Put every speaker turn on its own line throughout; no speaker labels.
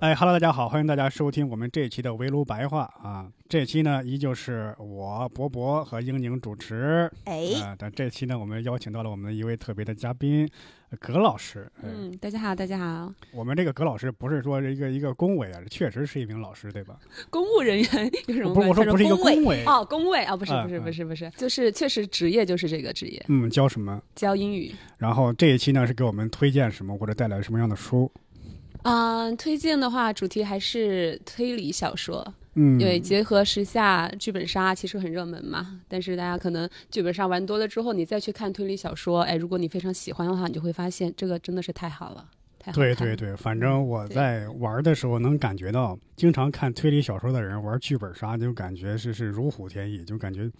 哎哈喽，大家好，欢迎大家收听我们这一期的围炉白话啊。这期呢，依旧是我博博和英宁主持。
哎，
啊，但这期呢，我们邀请到了我们的一位特别的嘉宾，呃葛老师。呃，
嗯，大家好，大家好。
我们这个葛老师不是说一个一个恭维啊，确实是一名老师，对吧？
公务人员有什么
不是，我
关系？
说不是一个
公卫
恭维。
哦，公卫啊，不是
嗯
不是
嗯
不是不是，就是确实职业就是这个职业，
嗯，教什么？
教英语。
然后这一期呢是给我们推荐什么或者带来什么样的书？
嗯，推荐的话，主题还是推理小说，
嗯，
因为结合时下剧本杀其实很热门嘛。但是大家可能剧本杀玩多了之后，你再去看推理小说，哎，如果你非常喜欢的话，你就会发现这个真的是太好了，太好看
对
了。
对对，反正我在玩的时候能感觉到，经常看推理小说的人玩剧本杀，就感觉是是如虎添翼，就感觉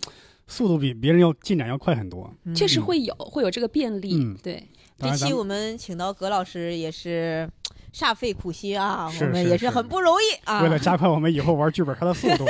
速度比别人要进展要快很多。
确实会有会有这个便利。
嗯
对，
当
这
然咱
期
们
我们请到葛老师也是煞费苦心啊，
是
我们
是
也
是
很不容易
为了
啊。
加快我们以后玩剧本杀的速度，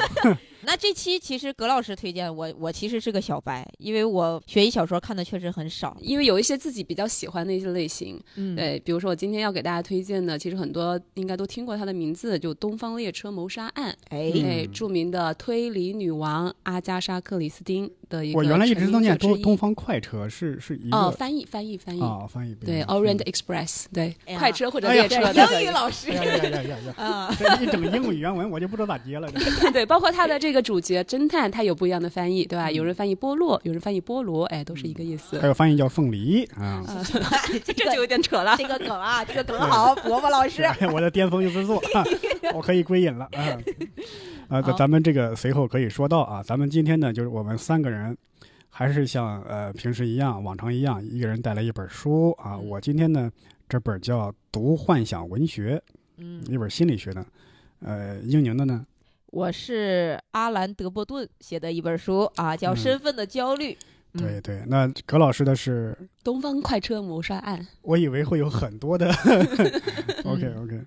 那这期其实葛老师推荐我，我其实是个小白，因为我学习小说看的确实很少。
因为有一些自己比较喜欢的一些类型，
嗯，
对，比如说我今天要给大家推荐的，其实很多应该都听过她的名字，就《东方列车谋杀案》，
哎，
哎，
嗯
著名的推理女王阿加莎·克里斯汀的一个
我原来一
成
直
名
都念
作
东
之一
东方快车，是是一个
哦，翻译翻译翻译，
啊翻译不一
对哦
样
，Orient Express，对，
哎呀
快车或者
哎呀
列
这
车都
个
可
英
以，
语老师
哎 呀呀呀呀呀！
啊，
这一整英语原文我就不知道咋接了。这
对，包括她的这个主角侦探，他有不一样的翻译，对吧？有人翻译波洛，有人翻译菠萝，哎，都是一个意思
嗯还，有翻译叫凤梨啊，
哦
嗯 这
这就
个
有点扯了。
这个梗啊，这个 梗好，伯伯老师。
啊我的巅峰之作，啊 我可以归隐了 啊。啊，咱咱们这个随后可以说到啊，咱们今天呢，就是我们三个人。还是像呃平时一样，往常一样，一个人带来一本书啊。
嗯
我今天呢，这本叫《读幻想文学》，
嗯，
一本心理学的。呃，英宁的呢，
我是阿兰·德伯顿写的一本书啊，叫
嗯
《身份的焦虑》。嗯
对对，那葛老师的是
东方快车谋杀案，
我以为会有很多 的，OK
嗯
OK，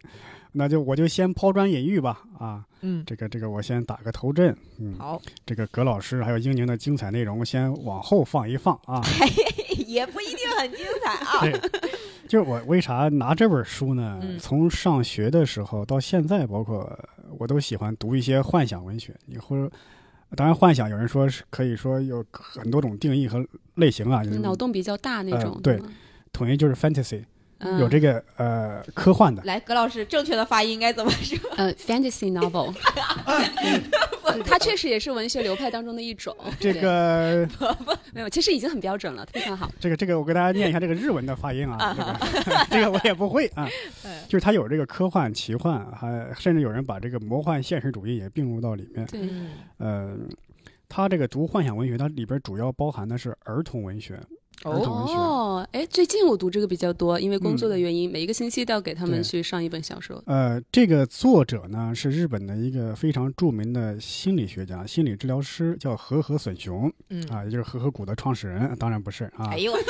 那就我就先抛砖引玉吧啊，
嗯，
这个这个我先打个头阵，嗯，
好，
这个葛老师还有英宁的精彩内容先往后放一放 啊，
也不一定很精彩啊。
对，就是我为啥拿这本书呢？
嗯
从上学的时候到现在，包括我都喜欢读一些幻想文学，你或者。当然，幻想有人说是可以说有很多种定义和类型啊，就是
脑洞比较大那
呃
种，
对
吗，
统一就是 fantasy，
嗯
有这个呃科幻的，
来，葛老师，正确的发音应该怎么说？
呃 ，fantasy novel，它确实也是文学流派当中的一种。
这个
对没有，其实已经很标准了，非常好。
这个这个，我给大家念一下这个日文的发音啊，这个 这个我也不会啊
嗯，
就是它有这个科幻、奇幻，还甚至有人把这个魔幻现实主义也并入到里面。
对，
嗯，
呃，它这个读幻想文学，它里边主要包含的是儿童文学，儿 童文学。
哦，哎，最近我读这个比较多，因为工作的
嗯
原因，每一个星期都要给他
对
们去上一本小说。
呃，这个作者呢是日本的一个非常著名的心理学家、心理治疗师，叫和和隼雄
嗯
啊，也就是和和谷的创始人，当然不是啊
哎。呦，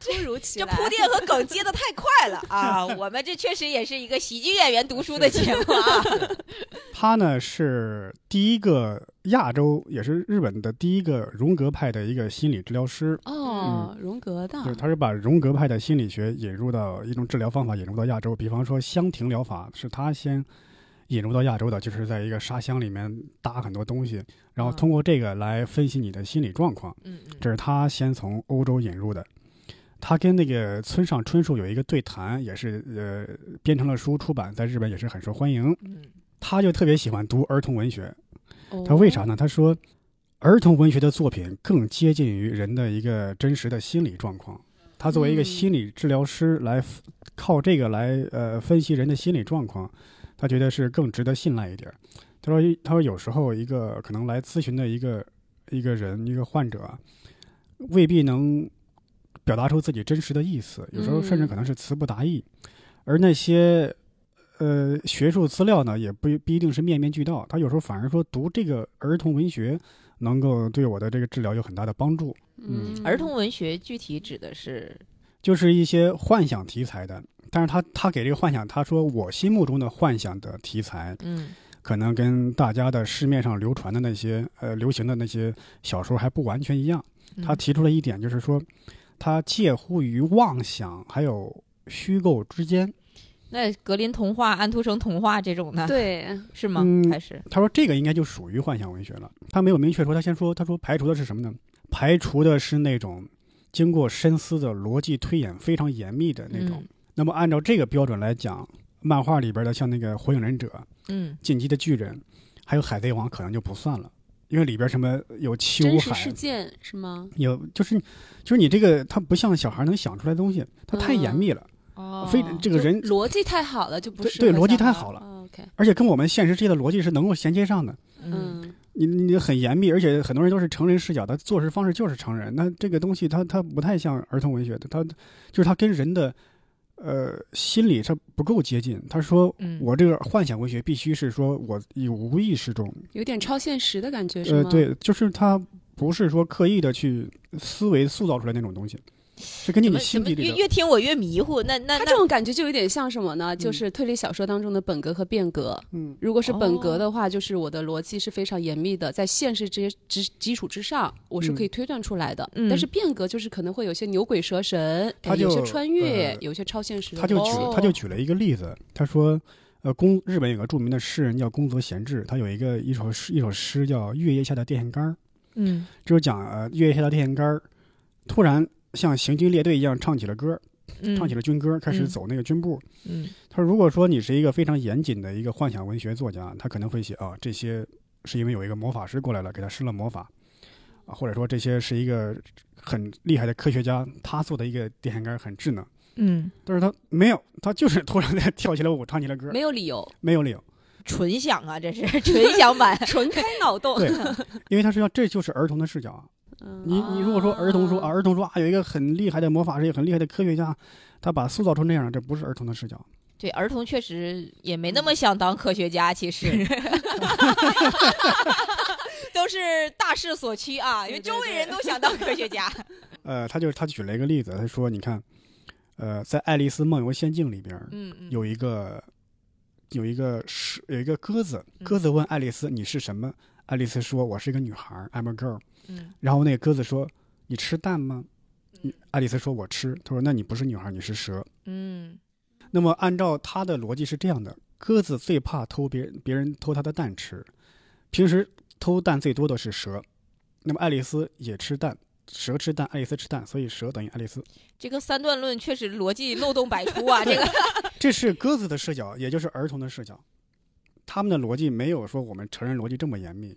突如其
这铺垫和梗接的太快了啊！我们这确实也是一个喜剧演员读书的节目 啊。
他呢是第一个亚洲，也是日本的第一个荣格派的一个心理治疗师，
哦，荣格的
嗯就是他是把荣格派的心理学引入到一种治疗方法引入到亚洲，比方说香庭疗法是他先引入到亚洲的，就是在一个沙箱里面搭很多东西，然后
嗯
通过这个来分析你的心理状况，
嗯
这是他先从欧洲引入的。他跟那个村上春树有一个对谈，也是呃编成了书出版，在日本也是很受欢迎。
嗯
他就特别喜欢读儿童文学，
哦
他为啥？呢？他说，儿童文学的作品更接近于人的一个真实的心理状况。他作为一个
嗯
心理治疗师来 f- 靠这个来呃分析人的心理状况，他觉得是更值得信赖一点儿。他说，他说有时候一个可能来咨询的一个一个人一个患者啊，未必能表达出自己真实的意思，有时候甚至可能是词不达意，而那些。呃学术资料呢，也不不一定是面面俱到，他有时候反而说读这个儿童文学能够对我的这个治疗有很大的帮助，
嗯，
儿童文学具体指的是
就是一些幻想题材的。但是他他给这个幻想，他说我心目中的幻想的题材，
嗯
可能跟大家的市面上流传的那些呃流行的那些小说还不完全一样。
嗯
他提出了一点，就是说，它介乎于妄想还有虚构之间。
那格林童话、安徒生童话这种
啊
的，
对，
是吗？
嗯
还是
他说这个应该就属于幻想文学了。他没有明确说，他先说，他说排除的是什么呢？排除的是那种经过深思的逻辑推演非常严密的那种。
嗯
那么按照这个标准来讲，漫画里边的像那个《火影忍者》《
嗯
进击的巨人》，还有《海贼王》可能就不算了，因为里边什么有七武
真实
海
事件是吗？
有就是就是你这个它不像小孩能想出来的东西，它太严密了，
嗯哦
非 这个
就
人
逻辑太好了，就不
对
是
对逻辑太好了
哦 OK，
而且跟我们现实世界的逻辑是能够衔接上的。
嗯
嗯，
你你你很严密，而且很多人都是成人视角，他做事方式就是成人。那这个东西它，它不太像儿童文学的，它就是它跟人的呃心理它不够接近。他说，
嗯
我这个幻想文学必须是说我以无意识中，
有点超现实的感觉是
呃，
吗？，
对，就是它不是说刻意的去思维塑造出来那种东西，是根据
怎
你
么
心
怎么
底里
越
的。
越听我越迷糊？那那嗯
他
那
这种感觉就有点像什么呢？就是推理小说当中的本格和变革。
嗯，
如果是本格
哦
的话，就是我的逻辑是非常严密的，在现实之之基础之上，我是
嗯
可以推断出来的。
嗯
但是变革就是可能会有些牛鬼蛇神，
他
哎有
就
些穿越，
呃
有些超现实的哦
他
东
就
西。
举了他就举了一个例子，他说，呃，宫日本有个著名的诗人叫宫泽贤治，他有一个一首诗一首诗叫《月夜下的电线杆》。
嗯
就是讲呃月夜下的电线杆儿，突然像行军列队一样唱起了歌，
嗯
唱起了军歌，开始
嗯
走那个军步。
嗯
他说，如果说你是一个非常严谨的一个幻想文学作家，他可能会写啊，这些是因为有一个魔法师过来了，给他施了魔法，啊，或者说这些是一个很厉害的科学家，他做的一个电线杆儿很智能。
嗯，
但是他没有，他就是突然在跳起了舞，唱起了歌，
没有理由，
没有理由，
纯想啊，这是 纯想版。
纯开脑洞。
对因为他是要这就是儿童的视角啊，
嗯
你你如果说儿童说啊，
啊
儿童说啊，有一个很厉害的魔法师，有很厉害的科学家，他把塑造成这样，这不是儿童的视角。
对儿童确实也没那么想当科学家，其 实都是大势所趋啊，因为
对对
周围人都想当科学家。
呃，他就是他举了一个例子，他说你看，呃，在《爱丽丝梦游仙境》里边儿
嗯嗯，
有一个有一个是有一个鸽子，
嗯
鸽子问爱丽丝你是什么？爱丽丝说我是一个女孩儿，I'm a girl。
嗯
然后那个鸽子说你吃蛋吗？
嗯
爱丽丝说我吃。他说那你不是女孩儿，你是蛇。
嗯
那么按照他的逻辑是这样的：鸽子最怕偷别人别人偷它的蛋吃，平时偷蛋最多的是蛇。那么爱丽丝也吃蛋，蛇吃蛋，爱丽丝吃蛋，所以蛇等于爱丽丝。
这个三段论确实逻辑漏洞百出 啊，这个
这是鸽子的视角，也就是儿童的视角。他们的逻辑没有说我们成人逻辑这么严密，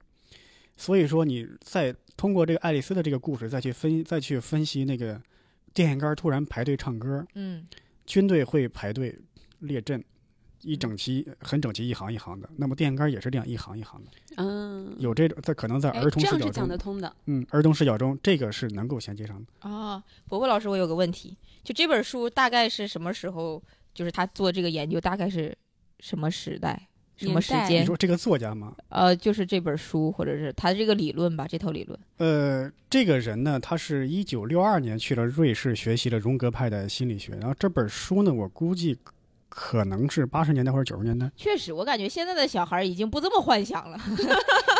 所以说你再通过这个爱丽丝的这个故事再去分再去分析那个电线杆突然排队唱歌，
嗯
军队会排队列阵，一整齐，很整齐，一行一行的。那么电线杆也是这样一行一行的，
嗯，
有这种在可能在
哎
儿童
这
视
样是
角
讲得
中，
通的。
嗯，儿童视角中这个是能够衔接上的。
啊，伯伯老师，我有个问题，就这本书大概是什么时候？就是他做这个研究大概是什么时代、什么时
年代
你
间？
说这个作家吗？
呃，就是这本书或者是他这个理论吧，这套理论。
呃，这个人呢，他是一九六二年去了瑞士学习了荣格派的心理学，然后这本书呢，我估计可能是八十年代或者九十年代。
确实，我感觉现在的小孩已经不这么幻想 了。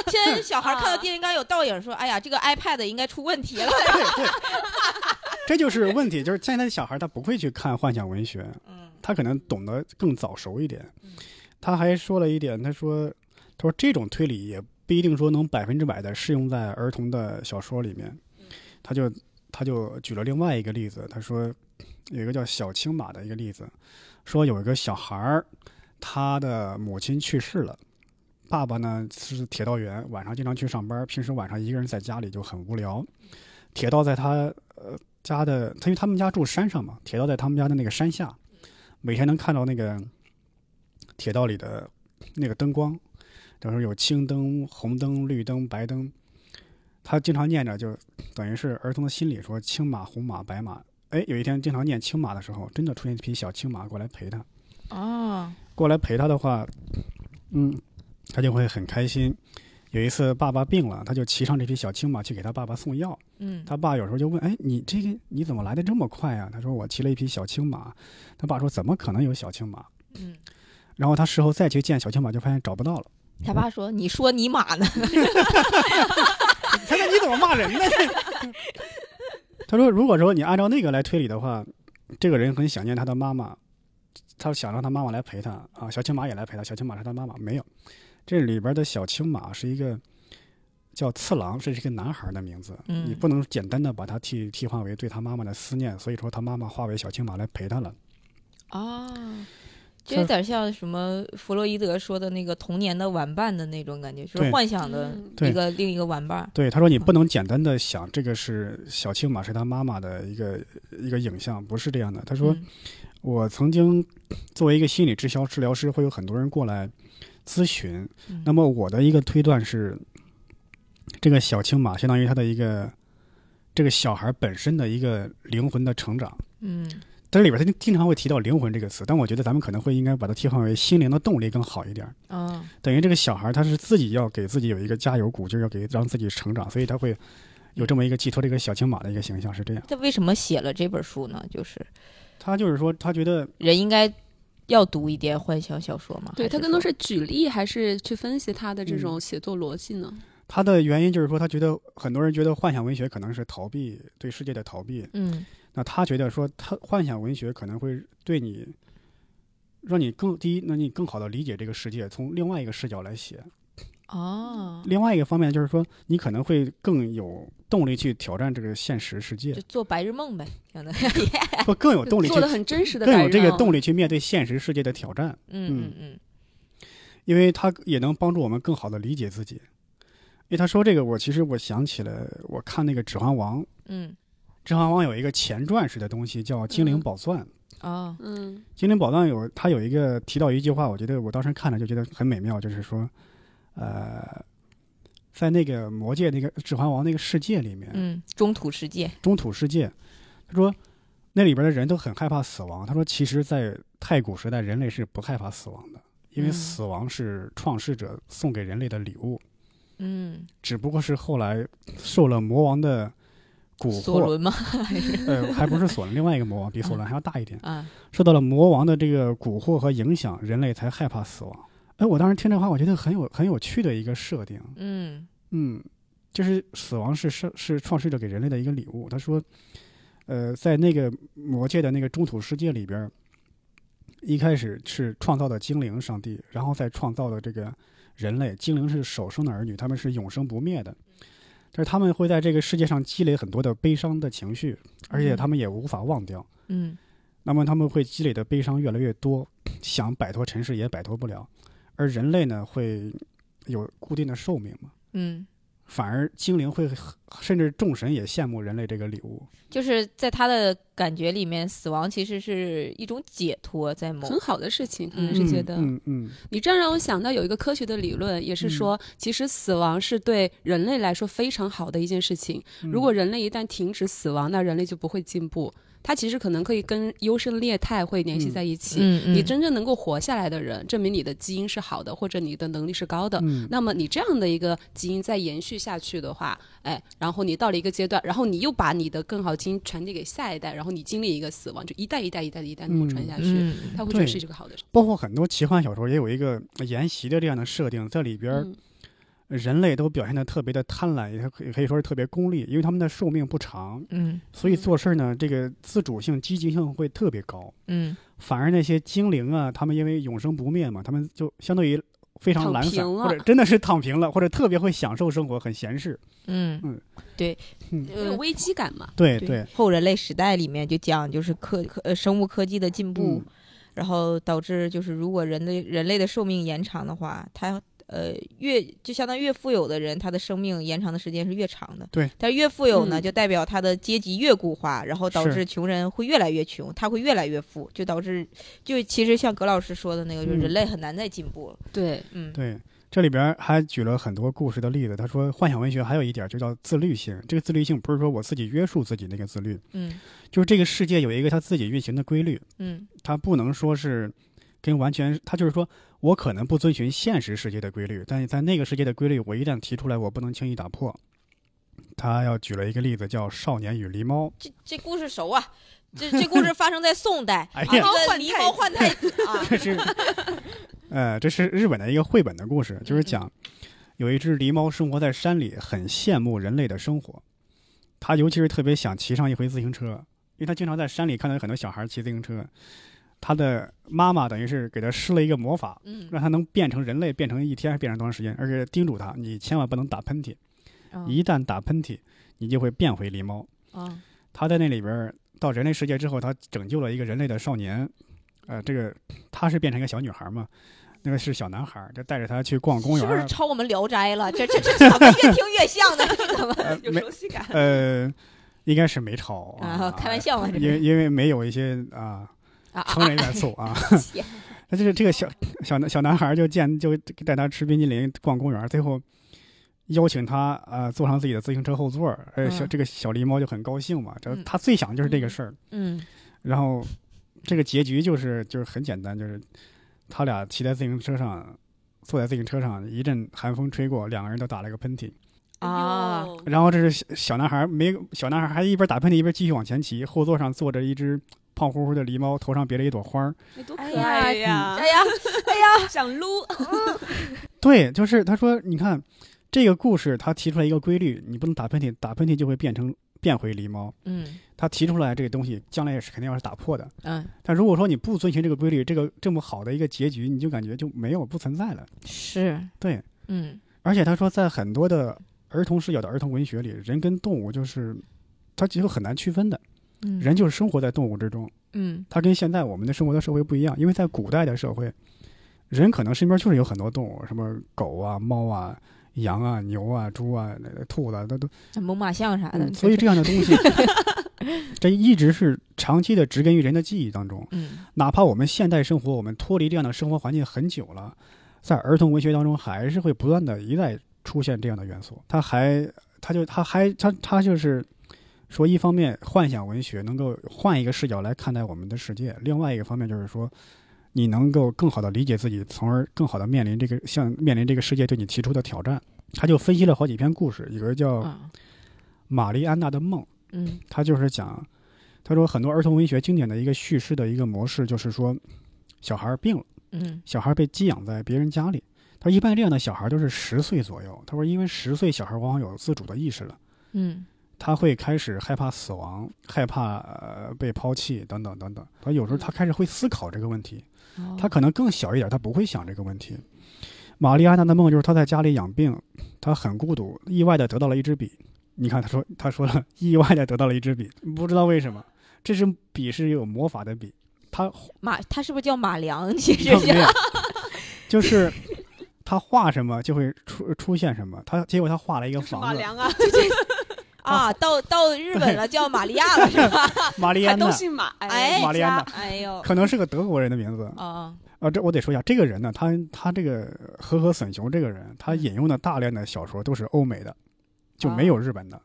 现在小孩看到电线杆有倒影，说：“哎呀，这个 iPad 应该出问题了。
对对，这就是问题，就是现在的小孩他不会去看幻想文学，”
嗯
他可能懂得更早熟一点
嗯。
他还说了一点，他说他说这种推理也不一定说能百分之百的适用在儿童的小说里面。
嗯
他就他就举了另外一个例子，他说有一个叫小青马的一个例子，说有一个小孩儿，他的母亲去世了。爸爸呢是铁道员，晚上经常去上班，平时晚上一个人在家里就很无聊。
嗯
铁道在他呃家的，他因为他们家住山上嘛，铁道在他们家的那个山下，每天能看到那个铁道里的那个灯光，就是有青灯、红灯、绿灯、白灯。他经常念着，就等于是儿童的心理说青马、红马、白马。哎，有一天经常念青马的时候，真的出现一匹小青马过来陪他。
哦，
过来陪他的话，嗯，他就会很开心。有一次爸爸病了，他就骑上这匹小青马去给他爸爸送药。
嗯，
他爸有时候就问：“哎，你这个你怎么来的这么快啊呀、他说：“我骑了一匹小青马。”他爸说：“怎么可能有小青马？”
嗯，
然后他事后再去见小青马，就发现找不到了。
他爸说：“你说你马呢
他说：“你怎么骂人呢？” 他说：“如果说你按照那个来推理的话，这个人很想念他的妈妈，他想让他妈妈来陪他啊。小青马也来陪他，小青马是他妈妈没有。这里边的小青马是一个叫次郎，这是一个男孩的名字，
嗯
你不能简单的把他替替换为对他妈妈的思念，所以说他妈妈化为小青马来陪他了。？”
啊，这
他
有点像什么弗洛伊德说的那个童年的玩伴的那种感觉，就是
对
幻想的
嗯
对
一个另一个玩伴儿。
对，他说你不能简单的想这个是小青马是他妈妈的一个一个影像，不是这样的。他说。
嗯
我曾经作为一个心理治疗治疗师，会有很多人过来咨询。
嗯
那么我的一个推断是，这个小青马相当于他的一个这个小孩本身的一个灵魂的成长。
嗯
但是里边他经常会提到“灵魂”这个词，但我觉得咱们可能会应该把它替换为“心灵的动力”更好一点。
啊
等于这个小孩他是自己要给自己有一个加油鼓，就是要给让自己成长，所以他会有这么一个寄托这个小青马的一个形象是这样。
他为什么写了这本书呢？就是
他就是说，他觉得
人应该要读一点幻想小说嘛。
对
还
他
是
更多
说
是举例，还是去分析他的这
嗯
种写作逻辑呢？
他的原因就是说，他觉得很多人觉得幻想文学可能是逃避对世界的逃避，
嗯
那他觉得说他幻想文学可能会对你，让你更第一，让你更好的理解这个世界，从另外一个视角来写。
哦，
另外一个方面就是说，你可能会更有动力去挑战这个现实世界
就，做白日梦呗，相 当于
或更有动力去
做的很真实的，啊
更有这个动
力。
力去面对现实世界的挑战，
嗯嗯嗯
因为它也能帮助我们更好的理解自己。因为他说这个，我其实我想起了我看那个《指环王》，
嗯
《指环王》有一个前传式的东西叫《精灵
嗯
宝钻》，
哦
嗯，
精灵宝藏》有它有一个提到一句话，我觉得我当时看了就觉得很美妙，就是说，呃，在那个魔界那个指环王那个世界里面，
嗯，中土世界
中土世界，他说那里边的人都很害怕死亡。他说，其实，在太古时代，人类是不害怕死亡的，因为
嗯
死亡是创世者送给人类的礼物，
嗯，
只不过是后来受了魔王的蛊
索
惑，
伦嘛
呃，还不是 索伦，另外一个魔王比索伦还要大一点。
啊
受到了魔王的这个蛊惑和影响，人类才害怕死亡。哎，我当时听这话，我觉得很有很有趣的一个设定。
嗯
嗯，就是死亡是是是创世者给人类的一个礼物。他说，呃，在那个魔界的那个中土世界里边儿，一开始是创造的精灵上帝，然后再创造的这个人类。精灵是首生的儿女，他们是永生不灭的，但是他们会在这个世界上积累很多的悲伤的情绪，而且他们也无法忘掉。
嗯
那么他们会积累的悲伤越来越多， 想摆脱尘世也摆脱不了。而人类呢，会有固定的寿命嘛，
嗯，
反而精灵会甚至众神也羡慕人类这个礼物。
就是在他的感觉里面，死亡其实是一种解脱，在某
很好的事情，可
嗯
能是觉得、
嗯嗯
你这样让我想到有一个科学的理论，也是说，其实死亡是对人类来说非常好的一件事情。
嗯
如果人类一旦停止死亡，那人类就不会进步。它其实可能可以跟优胜劣汰会联系在一起。
嗯嗯
你真正能够活下来的人，证明你的基因是好的，或者你的能力是高的。
嗯
那么你这样的一个基因再延续下去的话，哎，然后你到了一个阶段，然后你又把你的更好基因传递给下一代，然后你经历一个死亡，就一代一代一代一代能够传下去，
嗯
他会觉得
对
是这个好的事情。
包括很多奇幻小说也有一个沿袭的这样的设定，在里边儿
嗯
人类都表现的特别的贪婪，也可以可以说是特别功利，因为他们的寿命不长，
嗯
所以做事儿呢，这个自主性、积极性会特别高。
嗯
反而那些精灵啊，他们因为永生不灭嘛，他们就相对于非常懒散，
躺平了
或者真的是躺平了，或者特别会享受生活，很闲适。
嗯嗯
嗯，
对，
嗯
有
呃
危机感嘛？
对
对
哎对，
后人类时代里面就讲，就是科科呃生物科技的进步，
嗯
然后导致就是如果人类人类的寿命延长的话，他呃越就相当于越富有的人，他的生命延长的时间是越长的。
对，
但是越富有呢，
嗯
就代表他的阶级越固化，然后导
是
致穷人会越来越穷，他会越来越富，就导致就其实像葛老师说的那个，就是
嗯
人类很难再进步了。
对，
嗯，
对。这里边还举了很多故事的例子。他说，幻想文学还有一点就叫自律性。这个自律性不是说我自己约束自己那个自律，
嗯
就是这个世界有一个它自己运行的规律，
嗯
它不能说是跟完全他就是说我可能不遵循现实世界的规律，但是在那个世界的规律，我一旦提出来，我不能轻易打破。他要举了一个例子，叫《少年与狸猫》。
这这故事熟啊，这这故事发生在 宋代
哎
啊，
呀
这个狸猫换太子啊，
这是，呃，这是日本的一个绘本的故事，就是讲有一只狸猫生活在山里，很羡慕人类的生活。它尤其是特别想骑上一回自行车，因为它经常在山里看到有很多小孩骑自行车。它的妈妈等于是给它施了一个魔法，
嗯，
让它能变成人类，变成一天，还是变成多长时间，而且叮嘱它，你千万不能打喷嚏，
嗯
一旦打喷嚏，你就会变回狸猫。
啊，
他在那里边儿到人类世界之后，他拯救了一个人类的少年，呃，这个他是变成一个小女孩嘛，那个是小男孩儿，就带着他去逛公
是
园
不是
儿，
抄我们《聊斋》了？这这这怎么越听越像呢？ 这怎么
呃
有
没
熟悉 感。
呃，应该是没吵
啊？开玩，笑嘛，这
因为
是
因为没有一些啊
啊啊
成人元素啊，
哎
天
那就是这个小小男小男孩儿就见就带他吃冰激凌、逛公园儿，最后邀请他呃坐上自己的自行车后座儿，呃小
嗯
这个小狸猫就很高兴嘛，这
嗯
他最想的就是这个事儿，
嗯
然后这个结局就是就是很简单，就是他俩骑在自行车上，坐在自行车上，一阵寒风吹过，两个人都打了个喷嚏。
啊，
然后这是小小男孩没小男孩还一边打喷嚏一边继续往前骑，后座上坐着一只胖乎乎的狸猫，头上别了一朵花儿。
那多
哎
可
呀
爱呀！
哎呀，
想撸，
对，就是他说，你看这个故事他提出来一个规律，你不能打喷嚏，打喷嚏就会变成变回狸猫。
嗯
他提出来这个东西，将来也是肯定要是打破的。
嗯，
但如果说你不遵循这个规律，这个这么好的一个结局，你就感觉就没有不存在了。
是，
对，
嗯
而且他说，在很多的儿童视角的儿童文学里，人跟动物就是，它其实很难区分的。
嗯，
人就是生活在动物之中，
嗯
它跟现在我们的生活的社会不一样，因为在古代的社会，人可能身边就是有很多动物，什么狗啊、猫啊、羊啊、牛啊、猪啊、那个兔子啊，那都，
猛犸象啥的，
嗯所以这样的东西，这一直是长期的植根于人的记忆当中。
嗯
哪怕我们现代生活，我们脱离这样的生活环境很久了，在儿童文学当中还是会不断的一再出现这样的元素。他还，他就他还他他就是说，一方面幻想文学能够换一个视角来看待我们的世界，另外一个方面就是说，你能够更好的理解自己，从而更好的面临这个像面临这个世界对你提出的挑战。他就分析了好几篇故事，有个叫《
啊
玛丽安娜的梦》。
嗯
他就是讲，他说很多儿童文学经典的一个叙事的一个模式，就是说，小孩儿病了，
嗯
小孩儿被寄养在别人家里。他说一般这样的小孩儿都是十岁左右。他说因为十岁小孩儿往往有自主的意识了，
嗯
他会开始害怕死亡，害怕呃被抛弃等等等等。他有时候他开始会思考这个问题。
哦
他可能更小一点，他不会想这个问题。玛丽安娜的梦就是她在家里养病，她很孤独，意外的得到了一支笔。你看，他说他说了， 意外的得到了一支笔，不知道为什么，这支笔是有魔法的笔，他
马，他是不是叫马良？其实
没
是
有，就是他画什么就会出出现什么。他结果他画了一个
就是
房
马
子，
良啊，
啊，到到日本了，叫玛利亚了，是吧？
玛丽
还
安
都
娜
姓马，
哎，
玛丽安娜
家哎呦，
可能是个德国人的名字，
啊，
啊，这我得说一下，这个人呢，他他这个和和隼雄这个人，他
嗯
引用的大量的小说都是欧美的，就
啊
没有日本的。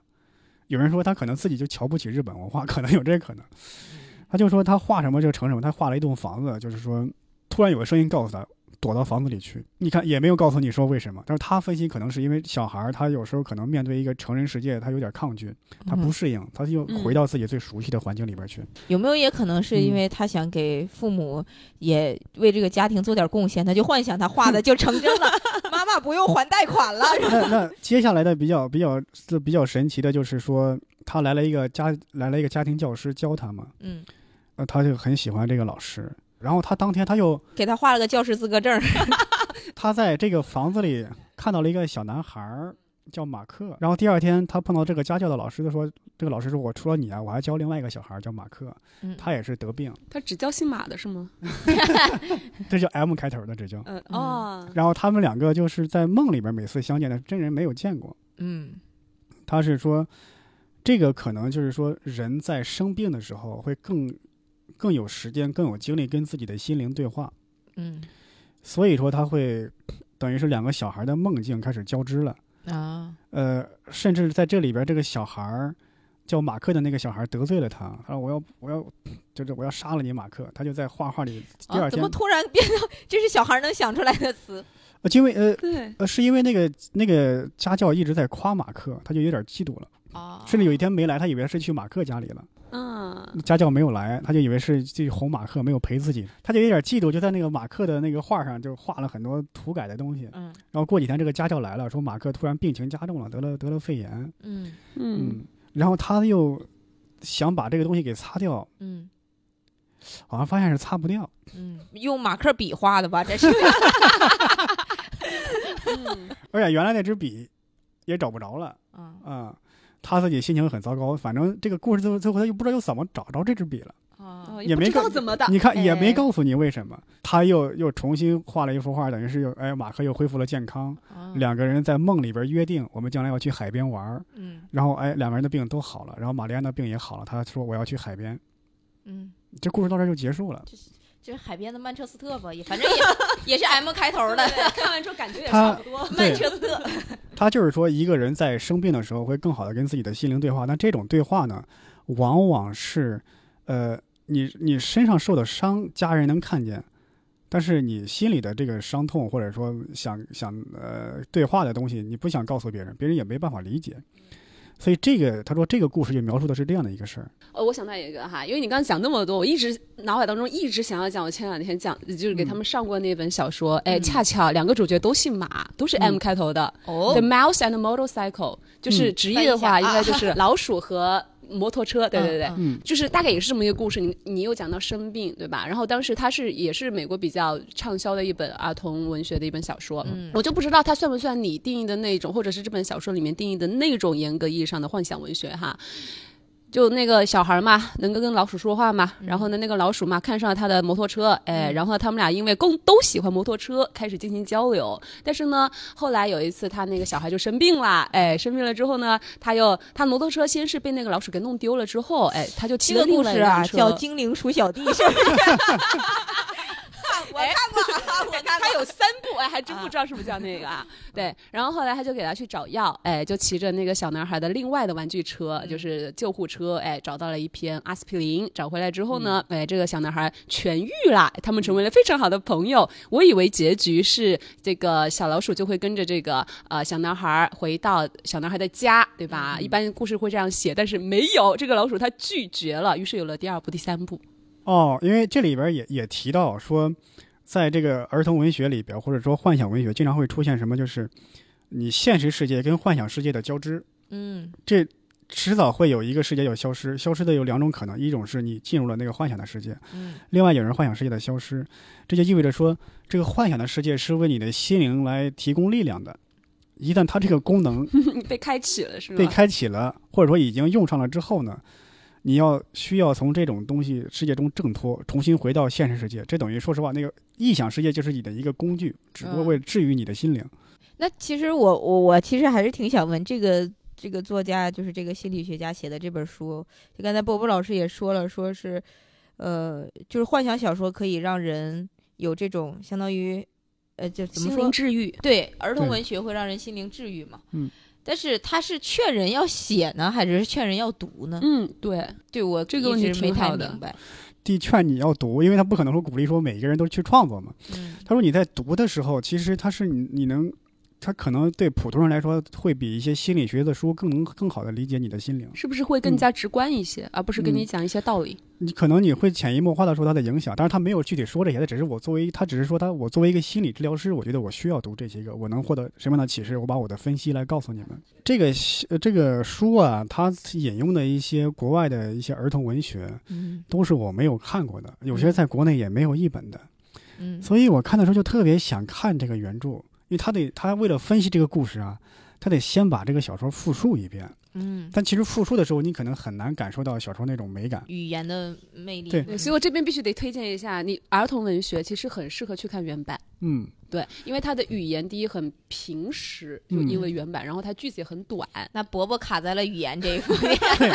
有人说他可能自己就瞧不起日本文化，可能有这可能。
嗯
他就说他画什么就成什么，他画了一栋房子，就是说突然有个声音告诉他躲到房子里去，你看也没有告诉你说为什么，但是他分析可能是因为小孩儿他有时候可能面对一个成人世界他有点抗拒，他不
嗯
适应，他就回到自己最熟悉的环境里边去。
有没有也可能
嗯
是因为他想给父母也为这个家庭做点贡献，他就幻想他画的就成真 了，妈妈不用还贷款了。
那那接下来的比较比较这比较神奇的就是说，他来了一个家来了一个家庭教师教他嘛，
嗯，
呃，他就很喜欢这个老师。然后他当天他又
给他画了个教师资格证。
他在这个房子里看到了一个小男孩儿叫马克。然后第二天他碰到这个家教的老师，他说这个老师说我除了你啊，我还教另外一个小孩儿叫马克，
嗯，
他也是得病，
他只叫姓马的是吗？
这叫 M 开头的这叫。
嗯
嗯
哦，
然后他们两个就是在梦里边每次相见的，真人没有见过。
嗯
他是说，这个可能就是说，人在生病的时候会更更有时间、更有精力跟自己的心灵对话，
嗯
所以说他会等于是两个小孩的梦境开始交织了。
啊
呃，甚至在这里边，这个小孩儿叫马克的那个小孩得罪了他，他说我要我要就是我要杀了你马克，他就在画画里第
啊，
二
怎
天
么，突然变到这是小孩能想出来的词？
呃因为呃
对，
呃是因为那个那个家教一直在夸马克，他就有点嫉妒了，
哦，
甚至有一天没来，他以为是去马克家里了。
嗯，
家教没有来，他就以为是去哄马克，没有陪自己，他就有点嫉妒，就在那个马克的那个画上就画了很多涂改的东西。
嗯
然后过几天这个家教来了，说马克突然病情加重了，得了得了肺炎，
嗯
嗯，
然后他又想把这个东西给擦掉，
嗯
好像发现是擦不掉，
嗯，用马克笔画的 吧？这是
嗯
而且原来那支笔也找不着了
啊
啊、他自己心情很糟糕，反正这个故事最后最后他又不知道又怎么找着这支笔了。
啊，
也没
哦不知道
看
怎么的，
你看也没
哎
告诉你为什么，他又又重新画了一幅画，等于是又哎马克又恢复了健康，
啊
两个人在梦里边约定，我们将来要去海边玩儿。
嗯
然后哎，两个人的病都好了，然后玛丽安的病也好了。他说我要去海边，
嗯，
这故事到这儿就结束了。
就是海边的曼彻斯特吧，也反正 也也是 M 开头的
对对对看完之后感觉也
他
差不多。
曼彻斯特。
他就是说，一个人在生病的时候会更好的跟自己的心灵对话。那这种对话呢，往往是，呃，你你身上受的伤，家人能看见，但是你心里的这个伤痛，或者说想想呃对话的东西，你不想告诉别人，别人也没办法理解。所以这个他说这个故事就描述的是这样的一个事儿。
呃，我想到一个哈，因为你刚刚讲那么多，我一直脑海当中一直想要讲，我前两天讲就是给他们上过那本小说，哎，
嗯
恰巧两个主角都姓马，都是 M
嗯
开头的，
哦
The Mouse and Motorcycle，就是
嗯
直译的话，
翻译一
应
下啊
该就是老鼠和摩托车。对对对，
嗯
嗯
就是大概也是这么一个故事。你你又讲到生病，对吧？然后当时它是也是美国比较畅销的一本儿童文学的一本小说。
嗯
我就不知道它算不算你定义的那种，或者是这本小说里面定义的那种严格意义上的幻想文学哈。就那个小孩嘛，能够跟老鼠说话嘛，然后呢，那个老鼠嘛看上了他的摩托车，哎，
嗯
然后他们俩因为共都喜欢摩托车，开始进行交流。但是呢，后来有一次他那个小孩就生病了，哎，生病了之后呢，他又他摩托车先是被那个老鼠给弄丢了，之后，哎，他就骑
这
了
个
另
故
外一
事啊
辆车。
叫《精灵鼠小弟》， 是
哎
不是？我看过，我看
他
过。
有三部，哎，还真不知道是不是叫那个 啊。对，然后后来他就给他去找药，哎，就骑着那个小男孩的另外的玩具车，就是救护车，哎，找到了一片阿司匹林，找回来之后呢，哎，这个小男孩痊愈了，他们成为了非常好的朋友。我以为结局是这个小老鼠就会跟着这个呃小男孩回到小男孩的家，对吧？一般故事会这样写，但是没有，这个老鼠他拒绝了，于是有了第二部、第三部。
哦，因为这里边也也提到说，在这个儿童文学里边，或者说幻想文学，经常会出现什么，就是你现实世界跟幻想世界的交织，
嗯
这迟早会有一个世界要消失。消失的有两种可能，一种是你进入了那个幻想的世界，
嗯
另外有人幻想世界的消失，这就意味着说，这个幻想的世界是为你的心灵来提供力量的。一旦它这个功能
被开启了是吗？
被开启了，或者说已经用上了之后呢，你要需要从这种东西世界中挣脱，重新回到现实世界。这等于说实话，那个臆想世界就是你的一个工具，只不过
嗯
为了治愈你的心灵。
那其实我我我其实还是挺想问这个这个作家，就是这个心理学家写的这本书，就刚才波波老师也说了，说是，呃，就是幻想小说可以让人有这种相当于，呃，就怎么
心
说
灵？治愈。
对，儿童
对
文学会让人心灵治愈嘛。
嗯。
但是他是劝人要写呢，还是劝人要读呢？
嗯，对，
对我
这个
一
问题
直没
挺
太
好的
明白。
地劝你要读，因为他不可能说鼓励说每一个人都去创作嘛。
嗯
他说你在读的时候，其实他是你你能，他可能对普通人来说会比一些心理学的书更能更好的理解你的心灵。
是不是会更加直观一些，而不是跟你讲一些道理？
你可能你会潜移默化的受它的影响，但是他没有具体说这些，他只是我作为他只是说他我作为一个心理治疗师，我觉得我需要读这些个，我能获得什么样的启示，我把我的分析来告诉你们。这个呃这个书啊，它引用的一些国外的一些儿童文学
嗯
都是我没有看过的，有些在国内也没有译本的，
嗯
所以我看的时候就特别想看这个原著，因为他得他为了分析这个故事啊，他得先把这个小说复述一遍，
嗯，
但其实复述的时候，你可能很难感受到小说那种美感。
语言的魅力。
对
对，所以我这边必须得推荐一下，你儿童文学其实很适合去看原版。
嗯，
对，因为它的语言第一很平实，就
嗯
因为原版，然后它句子也很短。
那伯伯卡在了语言这一方 面，
对，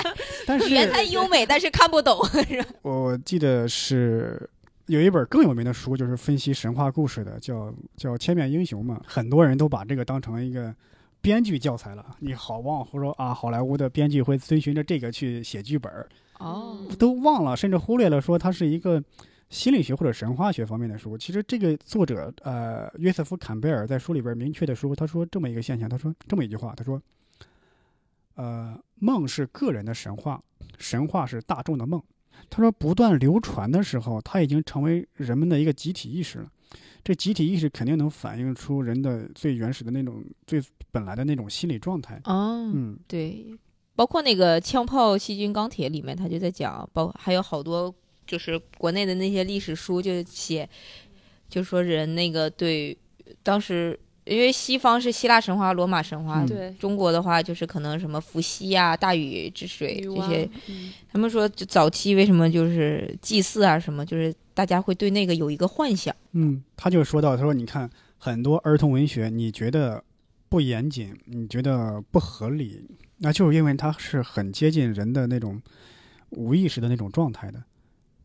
但是
语言很优美，但是看不懂，是吧？
我记得是有一本更有名的书，就是分析神话故事的，叫叫《千面英雄》嘛。很多人都把这个当成一个编剧教材了。你好忘忽说啊，好莱坞的编剧会遵循着这个去写剧本儿，
哦，
都忘了，甚至忽略了说它是一个心理学或者神话学方面的书。其实这个作者呃，约瑟夫·坎贝尔在书里边明确的说，他说这么一个现象，他说这么一句话，他说，呃，梦是个人的神话，神话是大众的梦。他说，不断流传的时候，它已经成为人们的一个集体意识了。这集体意识肯定能反映出人的最原始的那种、最本来的那种心理状态。
哦，
嗯，
对，包括那个《枪炮、细菌、钢铁》里面，他就在讲，包还有好多就是国内的那些历史书就写，就说人那个对当时。因为西方是希腊神话、罗马神话，
嗯
对，
中国的话就是可能什么伏羲啊、大禹治水
女
这
娲
些，，
嗯
他们说就早期为什么就是祭祀啊什么，就是大家会对那个有一个幻想。
嗯，他就说到，他说你看很多儿童文学，你觉得不严谨，你觉得不合理，那就是因为它是很接近人的那种无意识的那种状态的。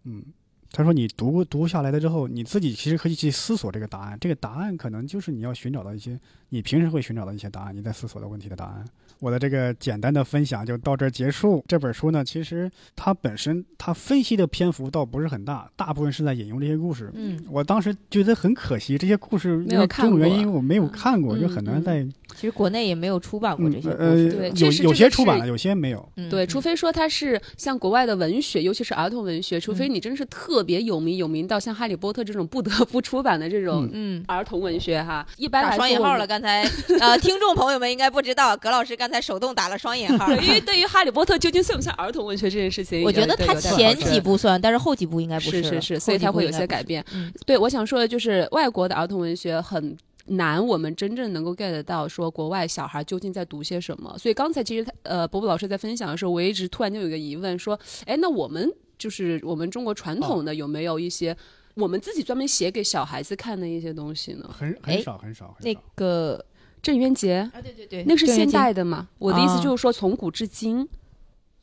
嗯，他说你读读下来了之后，你自己其实可以去思索这个答案，这个答案可能就是你要寻找到一些你平时会寻找到一些答案，你在思索的问题的答案。我的这个简单的分享就到这儿结束。这本书呢，其实它本身它分析的篇幅倒不是很大，大部分是在引用这些故事。
嗯，
我当时觉得很可惜，这些故事
没
因
有
为
看
种原
过
因我没有看过，
嗯
就很难
嗯
在
其实国内也没有出版过
嗯
这些故
呃
事。
对
有
这是
有
这
些
个
出版
是
了，有些没有。
嗯
对，
嗯
除非说它是像国外的文学，尤其是儿童文学，除非你真是特别有名，有名到像《哈利波特》这种不得不出版的这种
嗯，
儿童文学哈。一般来
打
说，
双引号了。。刚才 呃，听众朋友们应该不知道，葛老师刚才手动打了双引号。
对，因为对于《哈利波特》究竟算不算儿童文学这件事情，
我觉得
对
他
有待
前
讨论
几部算，但是后几部应该不是
是是
了
是，所以
后几
它
部
会有
应该不
些
是
改变。
嗯
对，我想说的就是外国的儿童文学很。难，我们真正能够 get 到说国外小孩究竟在读些什么。所以刚才其实他呃，伯伯老师在分享的时候，我一直突然就有一个疑问，说，哎，那我们就是我们中国传统的有没有一些我们自己专门写给小孩子看的一些东西呢？
很
哎
很少很少很
那
少，
个
郑渊洁，
啊，对对对
那个是现代的嘛？我的意思
啊
就是说，从古至今，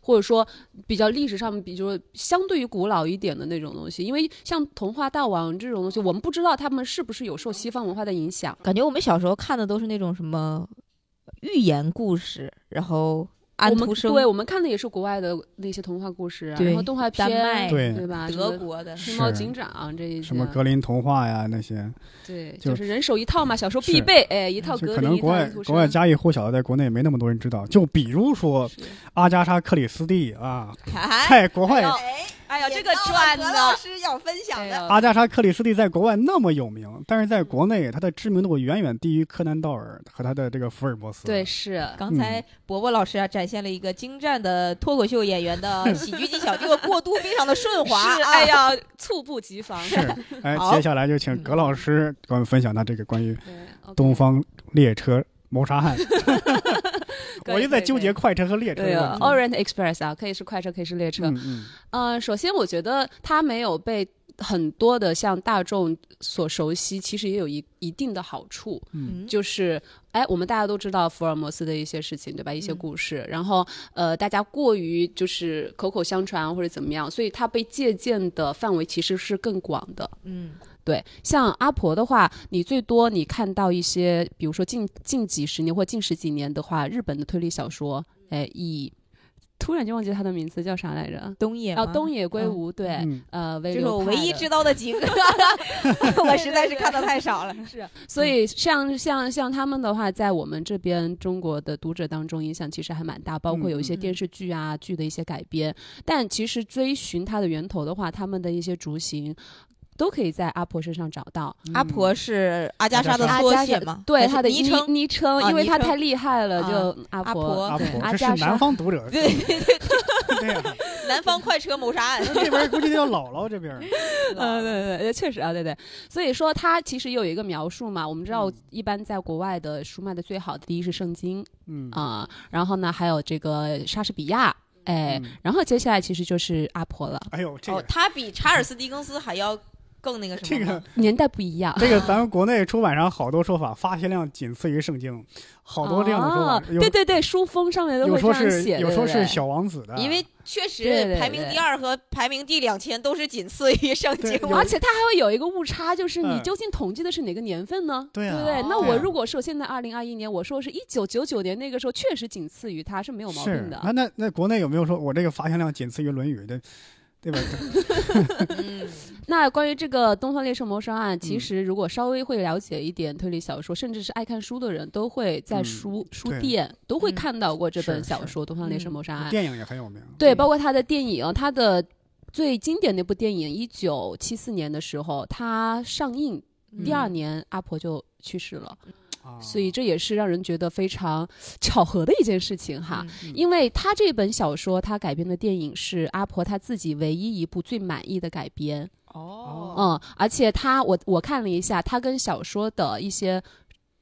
或者说比较历史上，比如说相对于古老一点的那种东西，因为像童话大王这种东西，我们不知道他们是不是有受西方文化的影响。
感觉我们小时候看的都是那种什么寓言故事，然后安
我
徒
们
生、
对我们看的也是国外的那些童话故事啊，
对
然后动画片，
丹麦
对
吧？什
德
么
国的，
黑猫
是
警长啊这一些，
什么格林童话呀那些，
对，
就
就是人手一套嘛，小时候必
是
备，哎，一套
就
格
可
林，
能
一套
国外
安徒
国外
生
家喻户晓的，在国内没那么多人知道。就比如说
是
阿加莎·克里斯蒂啊，
哎，
在国外，
哎
呀这个赚的
师要分享
哎呀
阿加莎·克里斯蒂在国外那么有名，但是在国
嗯
内她的知名度远远低于柯南·道尔和他的这个福尔摩斯。
对，是
刚才伯伯老师啊，展现了一个精湛的脱口秀演员 的喜剧技巧，这个过渡非常的顺滑
是，
啊
哎，呀，猝不及防。
是。哎，
好
接下来就
嗯
请葛老师给我们分享他这个关于
对，OK
东方列车谋杀 案。
可以
我就在纠
可以可以
结快车和列车
对
的
啊
问题。
，Orient Express 啊，可以是快车，可以是列车。
嗯嗯，
呃，首先我觉得它没有被很多的像大众所熟悉，其实也有一一定的好处，
嗯
嗯
就是哎，我们大家都知道福尔摩斯的一些事情，对吧？一些
嗯
故事，然后呃，大家过于就是口口相传啊或者怎么样，所以它被借鉴的范围其实是更广的。
嗯
对，像阿婆的话，你最多你看到一些，比如说近近几十年或近十几年的话，日本的推理小说，哎，以突然就忘记他的名字叫啥来着？
东野
啊，
吗
东野圭吾，对，
嗯
呃，
这
威
是
流
我
派
唯一
的
知道的几个， 我实在是看的太少了。
是，所
嗯
以像像像他们的话，在我们这边中国的读者当中影响其实还蛮大，包括有一些
嗯嗯
电视剧啊、剧的一些改编。但其实追寻它的源头的话，他们的一些雏形都可以在阿婆身上找到。
嗯
阿婆是阿加莎的
阿
缩
加
写
莎
吗？
对
还是
他的
昵
昵
称。
昵称，
啊
因为
昵
他
称
太厉害了，就阿
阿
婆。啊
婆
阿
对
婆
阿
这是
加莎
南方读 者，
对对对，
对呀，
南方快车谋杀案。哦
这边估计叫姥姥这边。
嗯，对对对，确实啊，对对。所以说，它其实有一个描述嘛。我们知道
嗯，
一般在国外的书卖的最好的，第一是圣经
嗯
啊、然后呢，还有这个莎士比亚，哎，
嗯
然后接下来其实就是阿婆了。
哎呦，这
哦
个，
他比查尔斯·狄更斯还要更那个什
这
么
个
吗。
年代不一样。
这个咱们国内出版上好多说法，发行量仅次于圣经，好多这样的说
哦
法。有
对对对，书封上面都
有
会这
说
样
是
写，
有说
对不
是
对
小王子的，
因为确
啊对对
实排名
对
第二和排名第两千都是仅次于圣经
对有
嘛
而，且它还会有一个误差，就是你
嗯
究竟统计的是哪个年份呢？
对啊
不对？
哦
那
对
我
啊
如果说现在二零二一年，我说是一九九九年那个时候，确实仅次于它是没有毛
是
病的。
那那那国内有没有说我这个发行量仅次于《论语》的，对 吧？
嗯，
那关于这个《东方烈士谋杀案》，其
嗯
实如果稍微会了解一点推理小说，甚至是爱看书的人，都会在
嗯
书、书
对
店都会
嗯
看到过这本
是
小
是
说《东方烈士
嗯
谋杀案》
电影也很有名。
对，
对
包括他的电影，他的最经典的一部电影，一九七四年的时候，他上映 第二
嗯
年，阿婆就去世了，
啊
所以这也是让人觉得非常巧合的一件事情哈。，
嗯
因为他这本小说，他改编的电影是阿婆她自己唯一一部最满意的改编，
哦，
嗯，而且他我我看了一下，他跟小说的一些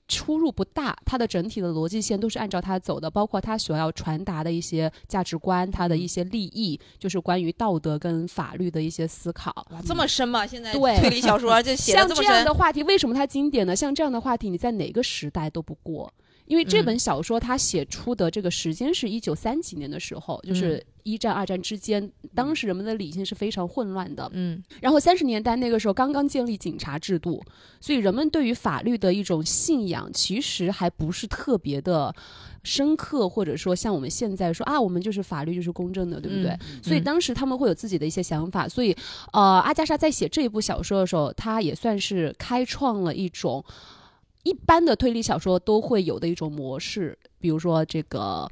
出入不大，他的整体的逻辑线都是按照他走的，包括他所要传达的一些价值观，他的一些利益，就是关于道德跟法律的一些思考。
哇，这么深吗？现在
对
推理小说就写的
像
这么
这样
深
的，话题，为什么它经典呢？像这样的话题，你在哪个时代都不过，因为这
嗯
本小说它写出的这个时间是一九三几年的时候，就是
嗯
一战、二战之间，当时人们的理性是非常混乱的。
嗯
然后三十年代那个时候刚刚建立警察制度，所以人们对于法律的一种信仰其实还不是特别的深刻，或者说像我们现在说啊，我们就是法律就是公正的，对不对？
嗯
所以当时他们会有自己的一些想法，所以呃，阿加莎在写这一部小说的时候，她也算是开创了一种一般的推理小说都会有的一种模式，比如说这个。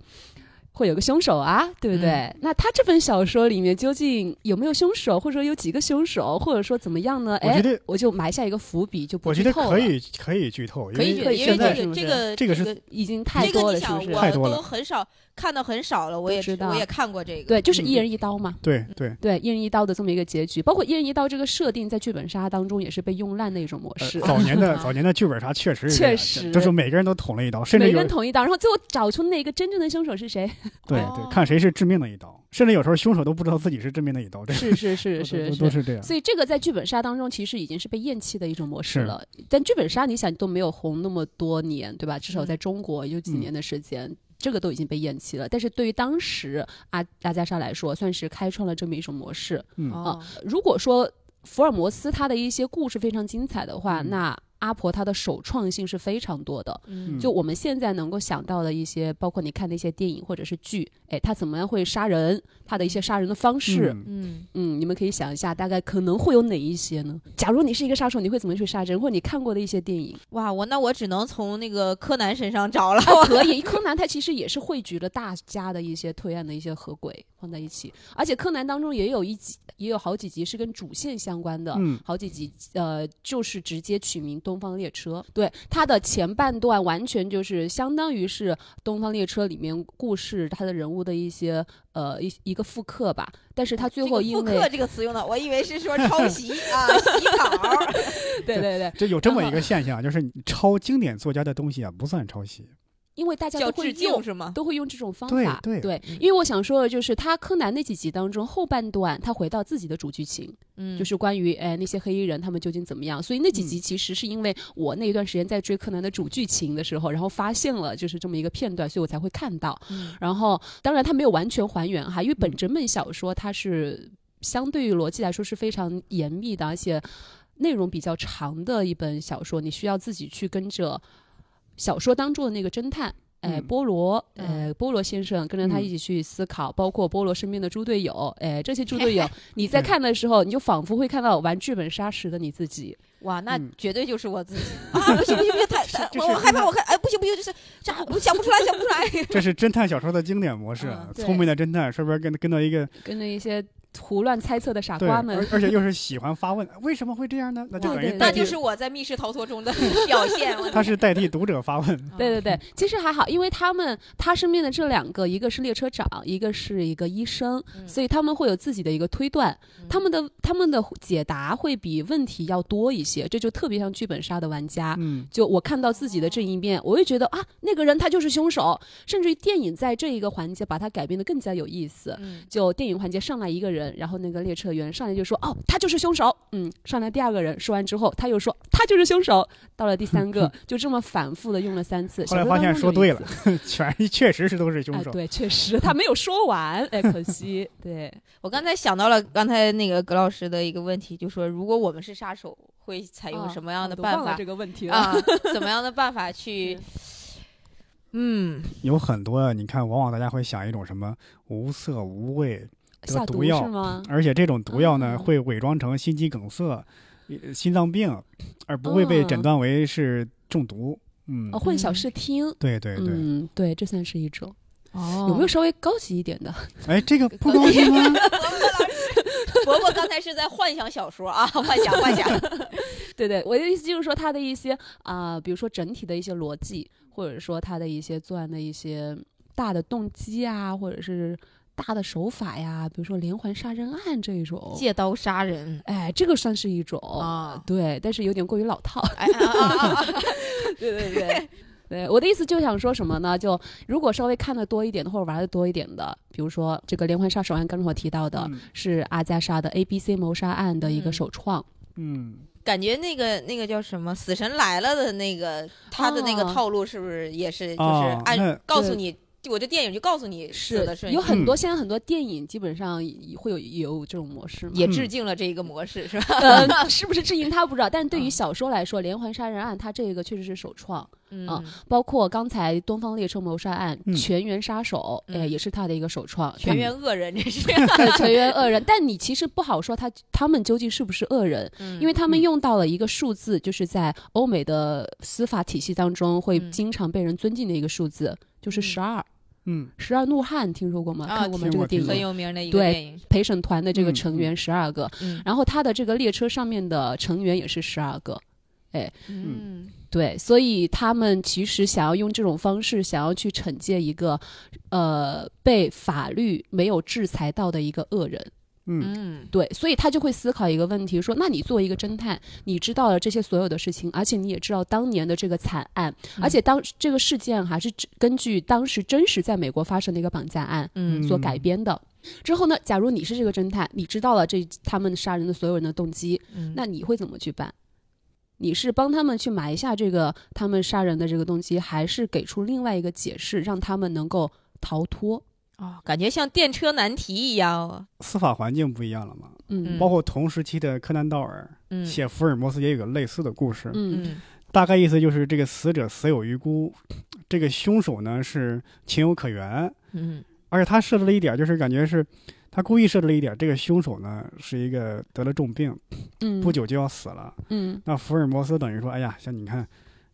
会有个凶手啊，对不对？
嗯
那他这本小说里面究竟有没有凶手，或者说有几个凶手，或者说怎么样呢？
我觉
哎，
得
我就埋下一个伏笔，就
我
不
觉
剧
得
透了。
可以可以剧透，因
可以
为
举，因
现
为
在
这个这个
这个是
已经太
这个
多
你
了，是
想
不是？
太多
我
了
都很少看到很少了，我也
都知道
我也看过这个，
对，就是
嗯
一人一刀嘛。
对对。
对，一人一刀的这么一个结局，包括一人一刀这个设定在剧本杀当中也是被用烂的一种模
呃
式。
早年的
啊
早年的剧本杀确实是
确
这样
实
就是每个人都捅了一刀，甚
每
至
个
有
人捅一刀，然后最后找出那个真正的凶手是谁。
对
哦
对，看谁是致命的一刀，甚至有时候凶手都不知道自己是致命的一刀，这
是是是
都
是
都都
是。
是这样。
所以这个在剧本杀当中其实已经是被厌弃的一种模式
是
了。但剧本杀你想都没有红那么多年，对吧？至
嗯
少在中国有几
嗯
年的时间。这个都已经被厌弃了，但是对于当时阿阿加莎来说，算是开创了这么一种模式。
嗯，
哦，
如果说福尔摩斯他的一些故事非常精彩的话，
嗯
那阿婆她的首创性是非常多的。
嗯
就我们现在能够想到的一些，包括你看的一些电影或者是剧，哎，他怎么样会杀人，他的一些杀人的方式，
嗯
嗯
嗯你们可以想一下，大概可能会有哪一些呢？假如你是一个杀手，你会怎么去杀人，或者你看过的一些电 影？
哇，我那我只能从那个柯南身上找了，
可以，柯南他其实也是汇聚了大家的一些推案的一些合轨放在一起，而且柯南当中也有一集，也有好几集是跟主线相关的，
嗯
好几集，呃，就是直接取名《东方列车》。对，它的前半段完全就是相当于是《东方列车》里面故事它的人物的一些呃一一个复刻吧，但是它最后因
复
为
刻哦这个词用的，我以为是说抄袭 啊，洗稿。
对对对，
这有这么一个现象，就是你抄经典作家的东西啊，不算抄袭。
因为大家
叫
都会
致敬
用。
是吗？
都会用这种方
对
法，
对
嗯
因为我想说的就是，他柯南那几集当中后半段，他回到自己的主剧情，
嗯
就是关于哎那些黑衣人他们究竟怎么样。所以那几集其实是因为我那一段时间在追柯南的主剧情的时候，然后发现了就是这么一个片段，所以我才会看到。
嗯
然后当然它没有完全还原哈，因为
嗯
本整本小说它是相对于逻辑来说是非常严密的，而且内容比较长的一本小说，你需要自己去跟着小说当中的那个侦探。哎，
嗯
波罗，
嗯
呃，波罗先生跟着他
嗯
一起去思考，包括波罗身边的猪队友，哎，这些猪 队友，你在
嗯
看的时候，你就仿佛会看到玩剧本杀时的你自己。
哇，那
嗯
绝对就是 我自己啊！不行不行不行，太太
这
我
是
我害怕，我害哎不行不行，就是这样我想不出来想不出来。
这是侦探小说的经典模式啊
啊！对
聪明的侦探身边跟跟到一个
跟着一些胡乱猜测的傻
对，
瓜们
而，而且又是喜欢发问，为什么会这样呢？那就
对
等于
对
代
那
替
就是我在密室逃脱 中的表现。我
他是代替读者发问。
对对对，其实还好，因为他们他身边的这两个，一个是列车长，一个是一个医生，
嗯
所以他们会有自己的一个推断，他们的他们的解答会比问题要多一些，这就特别像剧本杀的玩家。
嗯，
就我看到自己的这一面，我会觉得啊，那个人他就是凶手，甚至于电影在这一个环节把它改编的更加有意思。
嗯
就电影环节上来一个人，人，然后那个列车员上来就说：“哦，他就是凶手。”嗯，上来第二个人说完之后，他又说：“他就是凶手。”到了第三 个，就这么反复的用了三次。
后来
小
发
说
现
当中
说
有一
对
次
了，全确实是都是凶
哎
手。
对，确实他没有说 完，哎，可惜。对，
我刚才想到了刚才那个葛老师的一个问题，就说如果我们是杀手，会采用什么样的
啊我都
办
忘了
法
这个问题了。
啊？ 怎么样的办法去？嗯，
有很多啊，你看，往往大家会想一种什么无色无味，得
下
毒
毒
药
是吗？
而且这种毒药呢、
嗯
会伪装成心肌梗塞、呃心脏病，而不会被
嗯
诊断为是中毒。嗯，
哦，混淆
嗯
视听。
对对对，
嗯，对，这算是一种。
哦
有没有稍微高级一点的？
哎，这个不高 级吗？
伯伯刚才是在幻想小说啊，幻想幻想。
对对，我的意思就是说，它的一些啊、比如说整体的一些逻辑，或者说它的一些作案的一些大的动机啊，或者是大的手法呀，比如说连环杀人案这一种。
借刀杀人
哎，这个算是一种，
啊！
对，但是有点过于老套。
哎啊啊 啊！
对对对。对，我的意思就想说什么呢？就如果稍微看的多一点的，或者玩的多一点的，比如说这个连环杀手案，刚才我提到的、
嗯
是阿加莎的 A B C 谋杀案的一个
嗯
首创，
嗯，
感觉那个那个叫什么《死神来了》的那个他的那个
哦
套路是不是也是就是
哦那
按告诉你，我这电影就告诉你死的顺序
有，很多、现在很多电影基本上也会有有这种模式嘛。
也致敬了这一个模式是吧？
嗯
呃， 是不是致敬他不知道，但对于
嗯
小说来说，连环杀人案它这个确实是首创，
嗯
啊包括刚才东方列车谋杀案、
嗯
全员杀手，
嗯
呃，也是他的一个 首创。
全员恶人 这是，
对全员恶人，但你其实不好说他他们究竟是不是恶人，
嗯
嗯
因为他们用到了一个数字，就是在欧美的司法体系当中会
嗯
经常被人尊敬的一个数字，就是
嗯
十二。
嗯，
十二怒汉听说过吗？
啊
看过吗？
听
这个
过
电
听过
很
影。
有名的一个
对
电影，
陪审团的这个
嗯
成员十二个，
嗯
然后他的这个列车上面的成员也是十二个。
嗯
对，所以他们其实想要用这种方式，想要去惩戒一个，呃，被法律没有制裁到的一个恶人。
嗯
嗯
对，所以他就会思考一个问题，说：那你作为一个侦探，你知道了这些所有的事情，而且你也知道当年的这个惨案，
嗯
而且当这个事件还是只根据当时真实在美国发生的一个绑架案
嗯
所改编的。之后呢，假如你是这个侦探，你知道了这他们杀人的所有人的动机，
嗯
那你会怎么去办？你是帮他们去埋下这个他们杀人的这个动机，还是给出另外一个解释，让他们能够逃脱？
哦，感觉像电车难题一样哦，
司法环境不一样了嘛。
嗯，
包括同时期的柯南道尔、
嗯
写福尔摩斯也有个类似的故事，
嗯
嗯
大概意思就是这个死者死有余辜，这个凶手呢是情有可原，
嗯
而且他设置了一点，就是感觉是他故意设置了一点，这个凶手呢是一个得了重病，
嗯，
不久就要死了。
嗯，
那福尔摩斯等于说，哎呀，像你看，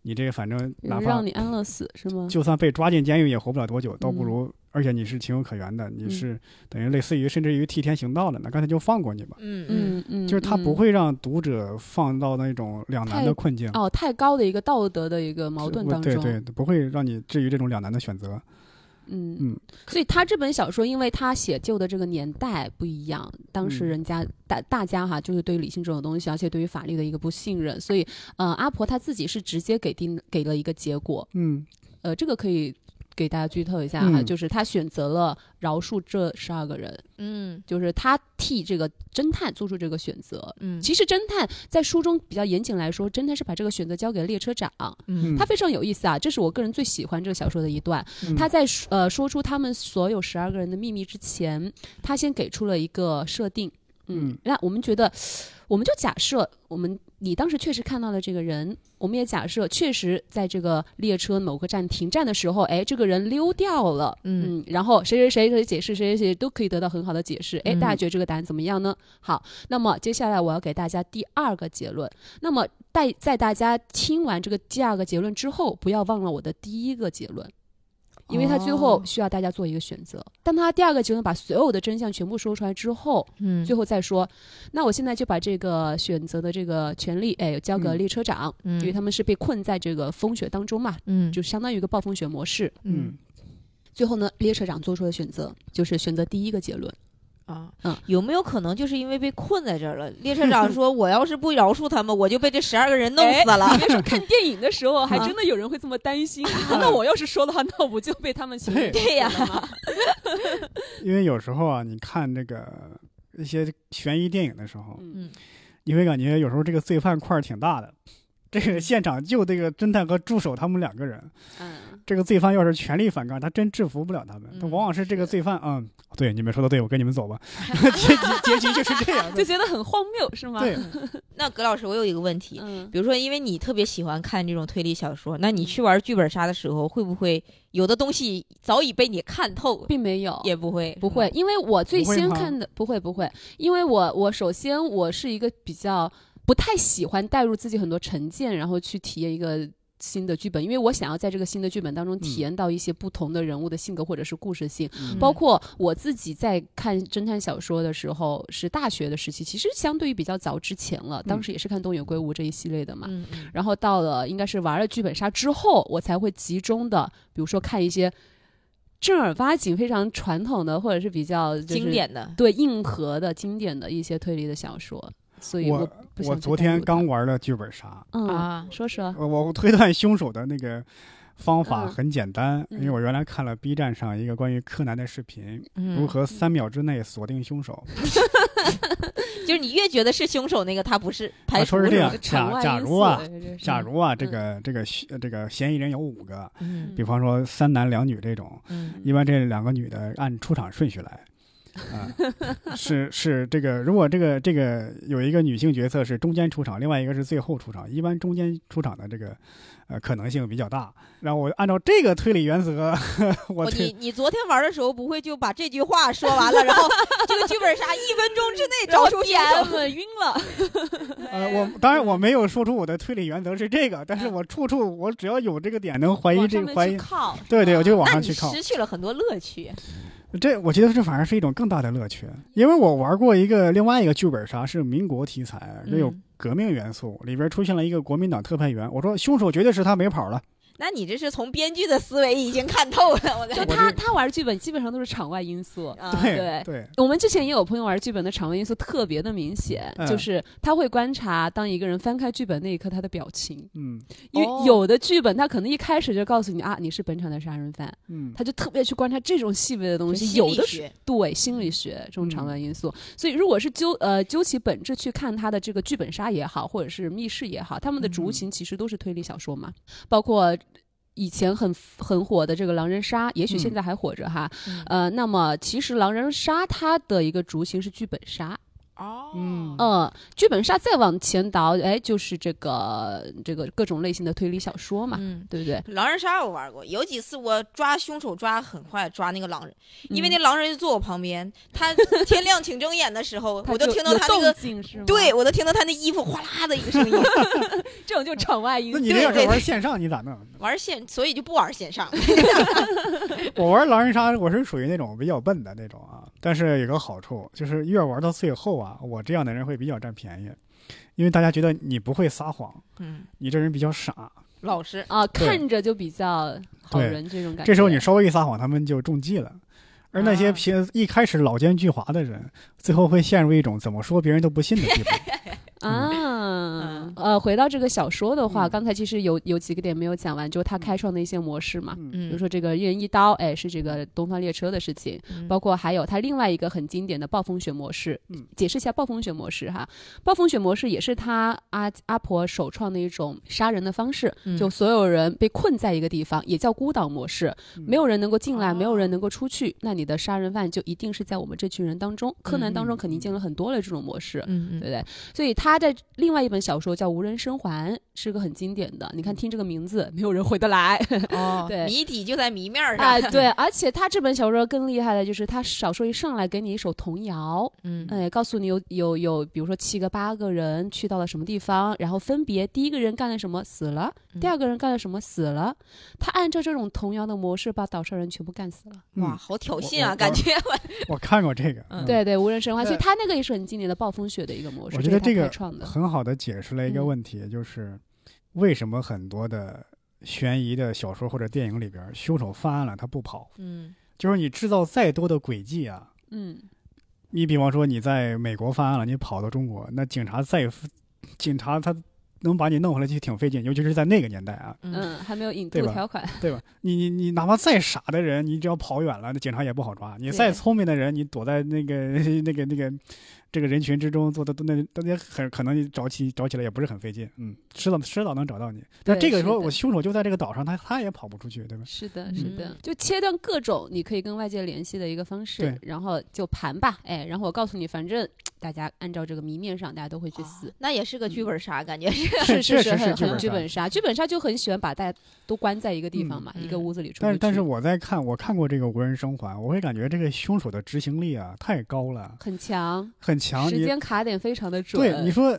你这个反正哪怕
嗯让你嗯安乐死是吗？
就算被抓进监狱也活不了多久，倒不如，而且你是情有可原的，
嗯
你是等于类似于甚至于替天行道的，那干脆就放过你吧。
嗯嗯
嗯嗯，
就是他不
嗯
会让读者放到那种两难的困境。
哦，太高的一个道德的一个矛盾当中，
对对，不会让你置于这种两难的选择。
嗯
嗯
所以他这本小说，因为他写就的这个年代不一样，当时
嗯
人家、大大家哈，就是对于理性这种东西，而且对于法律的一个不信任，所以呃，阿婆她自己是直接给定给了一个结果，
嗯
呃，这个可以给大家剧透一下哈，
嗯
就是他选择了饶恕这十二个人，
嗯
就是他替这个侦探做出这个选择。
嗯
其实侦探在书中比较严谨来说，侦探是把这个选择交给列车长，
嗯，
他非常有意思啊，这是我个人最喜欢这个小说的一段。
嗯
他在说呃说出他们所有十二个人的秘密之前，他先给出了一个设定。嗯
嗯，
那我们觉得，我们就假设我们你当时确实看到了这个人，我们也假设确实在这个列车某个站停站的时候，哎，这个人溜掉了。
嗯
嗯，然后谁谁谁可以解释，谁谁谁都可以得到很好的解释。哎，
嗯
大家觉得这个答案怎么样呢？好，那么接下来我要给大家第二个结论。那么在在大家听完这个第二个结论之后，不要忘了我的第一个结论，因为他最后
哦
需要大家做一个选择。当他第二个结论把所有的真相全部说出来之后，
嗯
最后再说，那我现在就把这个选择的这个权利，哎，交给
嗯
列车长，因为
嗯
他们是被困在这个风雪当中嘛，
嗯
就相当于一个暴风雪模式。
嗯
最后呢，列车长做出的选择就是选择第一个结论。
啊
嗯，
有没有可能就是因为被困在这儿了？列车 长说，我要是不饶恕他们，我就被这十二个人弄
哎
死了。
别说看 电影的时候，还
啊
真的有人会这么担 心。啊那我要是说的话，那我就 被他们刑
对
拘
对呀
了吗
因为有时候啊，你看这个一些悬疑电影的时候，
嗯
嗯，
你会感觉有时候这个罪犯块儿挺大的。这个现场就这个侦探和助手他们两个人，
嗯，
这个罪犯要是全力反抗，他真制服不了他们。他
嗯
往往是这个
是
罪犯，嗯，对，你们说的对，我跟你们走吧。结局结局就是这样
就
的，
觉得很荒谬是吗？
对，
那葛老师，我有一个问题，
嗯，
比如说，因为你特别喜欢看这种推理小说，那你去玩剧本杀的时候，会不会有的东西早已被你看透？
并没有，
也不会，
不
是
会，因为我最
不会
先
吗
看的不会不会，因为我我首先我是一个比较不太喜欢带入自己很多成见，然后去体验一个。新的剧本，因为我想要在这个新的剧本当中体
嗯
验到一些不同的人物的性格或者是故事性，
嗯
包括我自己在看侦探小说的时候，是大学的时期，其实相对于比较早之前了，当
嗯
时也是看东野圭吾这一系列的嘛，
嗯，嗯
然后到了应该是玩了剧本杀之后，我才会集中的，比如说看一些正儿八经、非常传统的，或者是比较、就是、
经、典的，
对硬核的、经典的一些推理的小说。所以
我
不想
我
再
昨
带
天
入
刚
它
玩了剧本杀，
嗯
啊
说说
我我推断凶手的那个方法
嗯
很简单，
嗯
因为我原来看了 B 站上一个关于柯南的视频，
嗯
如何三秒之内锁定凶手。
就是你越觉得是凶手那个，他不是排
我
除
啊说是这样
了，
场外
假假
因
如
素
啊
哎这是
假如啊，这个这个呃这个嫌疑人有五个，
嗯
比方说三男两女这种，
嗯
一般这两个女的按出场顺序 来。啊、是是这个，如果这个这个有一个女性角色是中间出场，另外一个是最后出场，一般中间出场的这个呃可能性比较大。然后我按照这个推理原则， 我
我
推
你你昨天玩的时候不会就把这句话说完了，然后这个剧本杀一分钟之内找出凶手？
DM 晕了，
呃，我当然我没有说出我的推理原则是这个，但是我处处我只要有这个点能怀疑
嗯往
这
上
个
面
怀
去
疑，
啊靠，
对对，我就往
那
上
你
去靠。
失去了很多乐趣。
这我觉得这反而是一种更大的乐趣，因为我玩过一个另外一个剧本杀是民国题材，这有
嗯
革命元素，里边出现了一个国民党特派员，我说凶手绝对是他没跑了，
那你这是从编剧的思维已经看透了，我
就
的
我
他
这
他玩剧本基本上都是场外因素，
啊
对
对对，
我们之前也有朋友玩剧本的场外因素特别的明显，
嗯
就是他会观察当一个人翻开剧本那一刻他的表情，
嗯
因
哦
为有的剧本他可能一开始就告诉你啊你是本场的杀人犯，
嗯，
他就特别去观察这种细微的东
是
西，
心理
有的是
学
对心理学这种场
嗯
外因素，所以如果是究呃究其本质去看他的这个剧本杀也好，或者是密室也好，他们的主
嗯
情其实都是推理小说嘛，包括。以前很很火的这个狼人杀，也许现
嗯
在还火着哈，
嗯
呃，那么其实狼人杀它的一个雏形是剧本杀，
哦
嗯
嗯，剧本杀再往前倒，哎，就是这个这个各种类型的推理小说嘛，
嗯。
对不对？
狼人杀我玩过，有几次我抓凶手抓很快，抓那个狼人，因为
嗯
那狼人就坐我旁边，他天亮请睁眼的时 候，
它
我就
就
听到
有
他那
动
个，
静是吗？
对，我都听到他那衣服哗啦的一个 声音。
这种就场外因
那
素。
你这要是
对对
玩线上你咋弄？
玩线，所以就不玩线上。
我玩狼人杀，我是属于那种比较笨的那种啊，但是有个好处就是越玩到最后啊，我这样的人会比较占便宜，因为大家觉得你不会撒谎，
嗯，
你这人比较傻，
老实。
啊，
对
看着就比较好
对
人这种感觉。
这时候你稍微一撒谎，他们就中计了。而那些
啊
偏一开始老奸巨猾的人，最后会陷入一种怎么说别人都不信的地步。
啊
嗯，
呃，回到这个小说的话，
嗯
刚才其实有有几个点没有讲完，就是它开创的一些模式嘛，
嗯，
比
嗯
如说这个一人一刀，哎，是这个东方列车的事情，包括还有它另外一个很经典的暴风雪模式。
嗯，
解释一下暴风雪模式哈。暴风雪模式也是他阿阿婆首创的一种杀人的方式，
嗯
就所有人被困在一个地方，也叫孤岛模式，没有人能够进来，
哦
没有人能够出去，那你的杀人犯就一定是在我们这群人当中。柯南当中肯定见了很多了这种模式。
嗯
对不对？所以他在另外一本小说叫《无人生还》，是个很经典的。你看，听这个名字，没有人回得来。
嗯哦
对
谜底就在谜面上。
啊，对，而且他这本小说更厉害的就是，他小说一上来给你一首童谣，
嗯
哎，告诉你有有有，比如说七个八个人去到了什么地方，然后分别第一个人干了什么死了，
嗯
第二个人干了什么死了，他按照这种童谣的模式把岛上人全部干死了。
哇，
嗯，
好挑衅啊，
我
感觉我
我看过这个，
嗯
嗯，
对对，无人生还，所以
对
他那个也是很经典的暴风雪的一个模式，
我觉得这
这是他
个
开创的。
很好的解释了一个问题，就是为什么很多的悬疑的小说或者电影里边，凶手犯案了他不跑，
嗯
就是你制造再多的诡计啊，
嗯，
你比方说你在美国犯案了，你跑到中国，那警察再警察他能把你弄回来就挺费劲，尤其是在那个年代啊，
嗯，
嗯，还没有引
对
渡
吧
条款，
对吧？你你你哪怕再傻的人，你只要跑远了，那警察也不好抓；你再
对
聪明的人，你躲在那个 那个那个这个人群之中，做的那大家很可能找起找起来也不是很费劲，嗯，迟早迟早能找到你。但
对
这个
是
时候
的
我凶手就在这个岛上，他他也跑不出去，对吧？
是的，是的
嗯，
就切断各种你可以跟外界联系的一个方式
对，
然后就盘吧，哎，然后我告诉你，反正大家按照这个谜面上，大家都会
哦
去死。
那也是
嗯
个剧本杀，感觉是。
确
是
哦确
是
实
很
剧
很
本
剧
杀。
本杀，剧本杀就很喜欢把大家都关在一个地方嘛，
嗯
一个屋子里出不去。
但是但是我在看我看过这个无人生还，我会感觉这个凶手的执行力啊太高了，
很强，
很强。
时
你
间卡点非常的准。
对你说，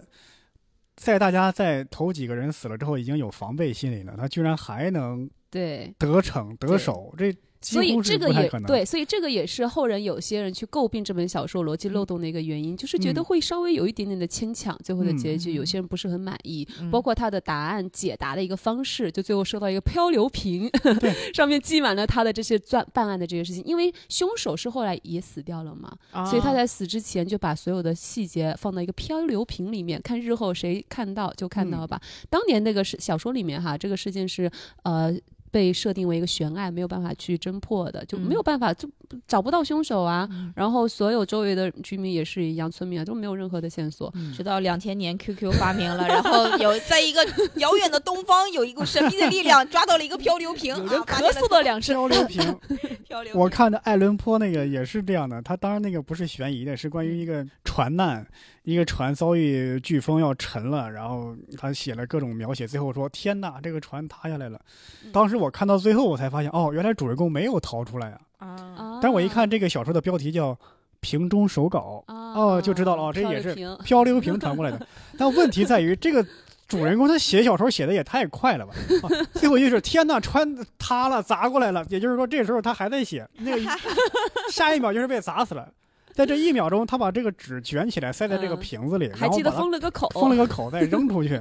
在大家在头几个人死了之后已经有防备心理了，他居然还能
对
得逞得
对
手，这几
所以
乎
这
是
个
不太
也
可能。
对，所以这个也是后人有些人去诟病这本小说逻辑漏洞的一个原因，就是觉得
嗯
会稍微有一点点的牵强，最后的结局
嗯
有些人不是很满意，
嗯
包括他的答案解答的一个方式，就最后收到一个漂流瓶， 上面记满了他的这些钻办案的这些事情，因为凶手是后来也死掉了嘛，
哦
哦
所以他在死之前就把所有的细节放到一个漂流瓶里面，看日后谁看到就看
嗯
到吧。当年那个是小说里面哈，这个事件是呃。被设定为一个悬案，没有办法去侦破的，就
嗯
没有办法，就找不到凶手啊。
嗯
然后所有周围的居民也是一样，村民啊都没有任何的线
嗯
索。
直到两千年 QQ 发明了，然后 有在一个遥远的东方有一股神秘的力 量抓到了一个漂流瓶，
有
啊
人
发
咳
现
嗽了两声，
漂流瓶，
漂流瓶。
我看的爱伦坡那个也是这样的，他当然那个不是悬疑的，是
嗯
关于一个船难，一个船遭遇飓风要沉了，然后他写了各种描写，最后说天哪，这个船塌下来了。
嗯
当时我看到最后，我才发现哦，原来主人公没有逃出来啊！
啊，
啊
但我一看这个小说的标题叫《瓶中手稿
啊
哦就知道了哦这
漂
也
流
是
瓶》，
漂流瓶传过 来的，但问题在于这个。主人公他写小说写的也太快了吧！ 啊最后就是天哪，船塌了，砸过来了。也就是说，这时候他还在写， 那个下一秒就是被砸死了。在这一秒钟，他把这个纸卷起来，塞在这个
嗯
瓶子里，
还
然后
记得
把它
封了个口，
封了个口，再扔出 去。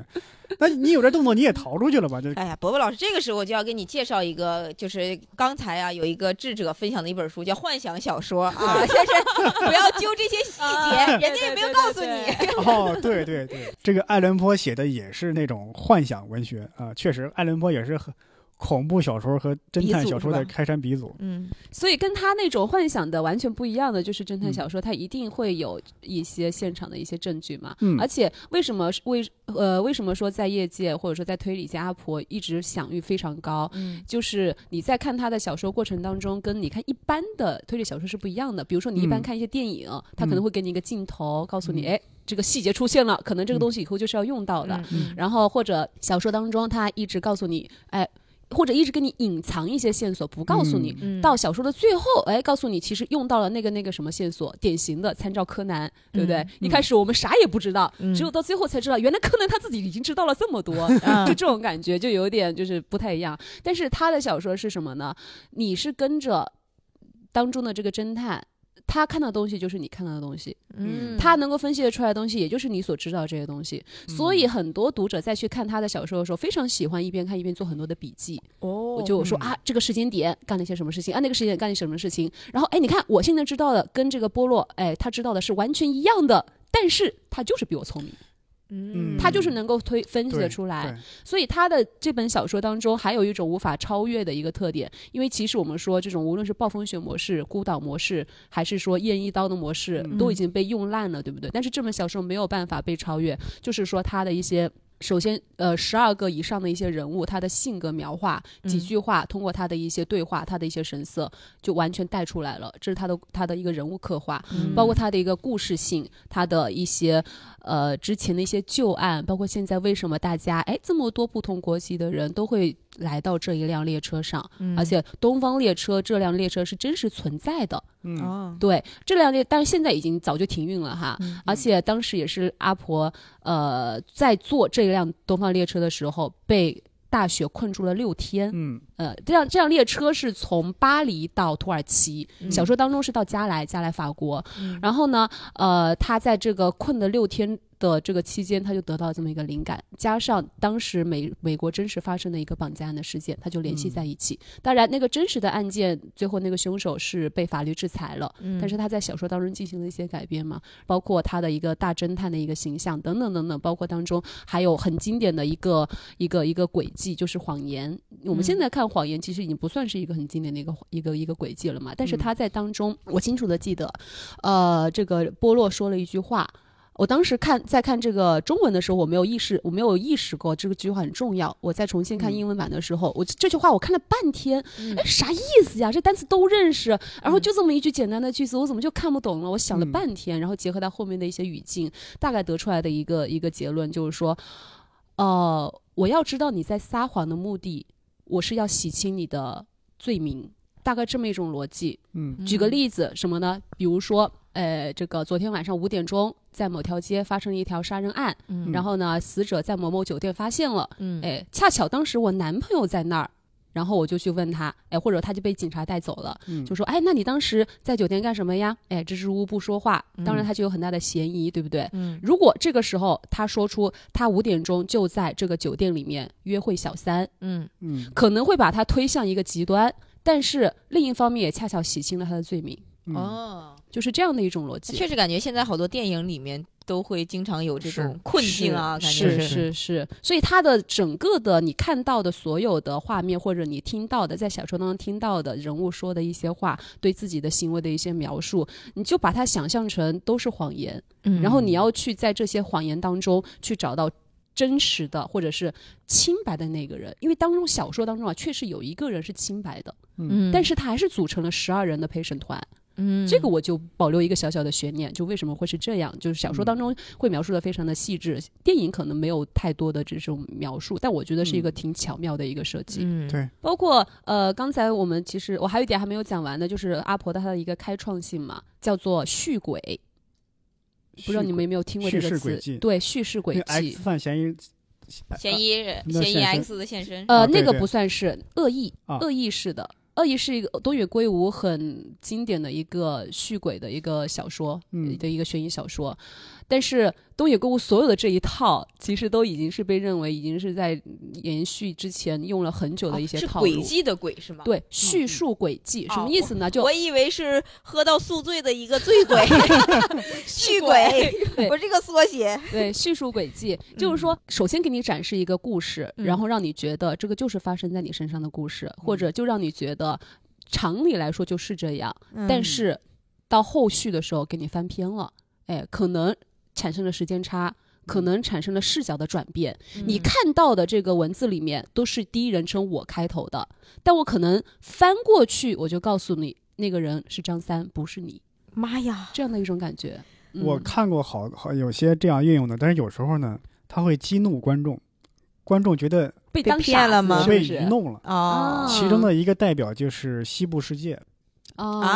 那你有这动作，你也逃出去了吧？就
哎呀，伯伯老师，这个时候我就要给你介绍一个，就是刚才啊有一个智者分享的一本书，叫《幻想小说》啊， 但是不要揪这些细节，
啊
人家也没有告诉
对对
你
对。
哦，对对对，这个爱伦坡写的也是那种幻想文学啊、确实，爱伦坡也是很恐怖小说和侦探小说的
鼻祖是吧
开山鼻祖。
嗯，
所以跟他那种幻想的完全不一样的，就是侦
嗯
探小说，它一定会有一些现场的一些证据嘛。
嗯
而且为什么是为呃为什么说在业界或者说在推理界，阿婆一直享誉非常高？
嗯
就是你在看他的小说过程当中，跟你看一般的推理小说是不一样的。比如说，你一
嗯
般看一些电影，他可能
嗯
会给你一个镜头，告诉你，
嗯
哎，这个细节出现了，可能这个
嗯
东西以后就是要用到
好
的。
的，
嗯
然后或者小说当中他一直告诉你，哎，或者一直给你隐藏一些线索，不告诉你。
嗯
到小说的最后，哎，告诉你其实用到了那个那个什么线索，典型的参照柯南，对不对？
嗯
一开始我们啥也不知道，
嗯
只有到最后才知道，原来柯南他自己已经知道了这么 多，
嗯
就这种感觉就有点就是不太一样。但是他的小说是什么呢？你是跟着当中的这个侦探。他看到的东西就是你看到的东西，
嗯，
他能够分析得出来的东西，也就是你所知道的这些东西。所
嗯
以很多读者在去看他的小说的时候，非常喜欢一边看一边做很多的笔记。
哦
我就说
嗯
啊，这个时间点干了一些什么事情啊，那个时间点干了一些什么事情。然后哎，你看我现在知道的跟这个波洛哎他知道的是完全一样的，但是他就是比我聪明，
嗯
他就是能够推分析
对
得出来。
对
所以他的这本小说当中还有一种无法超越的一个特点，因为其实我们说这种无论是暴风雪模式、孤岛模式，还是说验一刀的模式，
嗯
都已经被用烂了，对不对？但是这本小说没有办法被超越，就是说他的一些。首先，呃，十二个以上的一些人物，他的性格描画
嗯
几句话，通过他的一些对话，他的一些神色，就完全带出来了。这是他的他的一个人物刻画。
嗯
包括他的一个故事性，他的一些呃之前的一些旧案，包括现在为什么大家哎这么多不同国籍的人都会来到这一辆列车上，
嗯
而且东方列车这辆列车是真实存在的，
嗯，
哦，
对这辆列，但是现在已经早就停运了哈。
嗯
而且当时也是阿婆，呃，在坐这辆东方列车的时候被大雪困住了六天。
嗯
呃，这辆这辆列车是从巴黎到土耳其，
嗯
小说当中是到加来，加来法国，
嗯
然后呢，呃，他在这个困的六天的这个期间，他就得到这么一个灵感，加上当时美美国真实发生的一个绑架案的事件，他就联
嗯
系在一起。当然，那个真实的案件最后那个凶手是被法律制裁了，
嗯，
但是他在小说当中进行了一些改编嘛，包括他的一个大侦探的一个形象等等等等，包括当中还有很经典的一个一个一个轨迹，就是谎言。我们现在看谎言，其实已经不算是一个很经典的一个一个一个轨迹了嘛。但是他在当中，我清楚的记得，呃，这个波洛说了一句话。我当时看在看这个中文的时候，我没有意识，我没有意识过这个句话很重要。我在重新看英文版的时候，我这句话我看了半天，
嗯
哎，啥意思呀？这单词都认识，然后就这么一句简单的句子，我怎么就看不懂了？我想了
嗯
半天，然后结合它后面的一些语境，大概得出来的一个一个结论就是说，呃，我要知道你在撒谎的目的，我是要洗清你的罪名，大概这么一种逻辑。
嗯
举个例子，什么呢？比如说，呃，这个昨天晚上五点钟，在某条街发生了一条杀人案，
嗯，
然后呢，死者在某某酒店发现了。
嗯，
哎，恰巧当时我男朋友在那儿，然后我就去问他，哎，或者他就被警察带走了，
嗯
就说，哎，那你当时在酒店干什么呀？哎，支支吾吾不说话，当然
嗯
他就有很大的嫌疑，对不对？
嗯
如果这个时候他说出他五点钟就在这个酒店里面约会小三，
嗯
嗯
可能会把他推向一个极端，但是另一方面也恰巧洗清了他的罪名，
嗯
哦，
就是这样的一种逻辑。
确实感觉现在好多电影里面都会经常有这
是
种困境啊，感觉
是
是
是是，所以它的整个的你看到的所有的画面，或者你听到的在小说当中听到的人物说的一些话，对自己的行为的一些描述，你就把它想象成都是谎言，
嗯
然后你要去在这些谎言当中去找到。真实的或者是清白的那个人，因为当中小说当中啊，确实有一个人是清白的，
嗯，
但是他还是组成了十二人的陪审团，
嗯
这个我就保留一个小小的悬念，就为什么会是这样？就是
嗯
小说当中会描述的非常的细致，电影可能没有太多的这种描述，但我觉得是一个
嗯
挺巧妙的一个设计。
嗯
对
包括呃，刚才我们其实我还有一点还没有讲完的，就是阿婆的她的一个开创性嘛，叫做续轨，不知道你们有没有听过这
叙
个
事轨
词
迹？
对，叙事轨
那
迹
X。犯嫌疑
嫌疑
那
嫌
现
疑
身
X 的现身，
呃，
啊对
那个
对
不算是恶意，
啊
恶意式的。恶意是一个东野圭吾很经典的一个续鬼的一个小说，
嗯
的一个悬疑小说。但是东野圭吾所有的这一套，其实都已经是被认为已经是在延续之前用了很久的一些
哦是
套
轨
路。
迹的轨是吗？，
对，叙述轨迹、什么意思呢？就
哦我以为是喝到宿醉的一个醉鬼，续轨，
对
我这个缩写，
对，叙述 轨迹就是说，首先给你展示一个故事，
嗯
然后让你觉得这个就是发生在你身上的故事，或者就让你觉得常理来说就是这样，但是到后续的时候给你翻篇了，哎，可能产生了时间差。可能产生了视角的转变，你
嗯
看到的这个文字里面都是第一人称我开头的，但我可能翻过去，我就告诉你那个人是张三，不是你，
妈呀，
这样的一种感觉。嗯
我呃看过好好有些这样运用的，但是有时候呢，他会激怒观众，观众觉得
被
被
当
骗
傻
了
子
吗
我
啊
是
被
不是
愚弄了。
哦
啊
其中的一个代表就是《西部世界》，
啊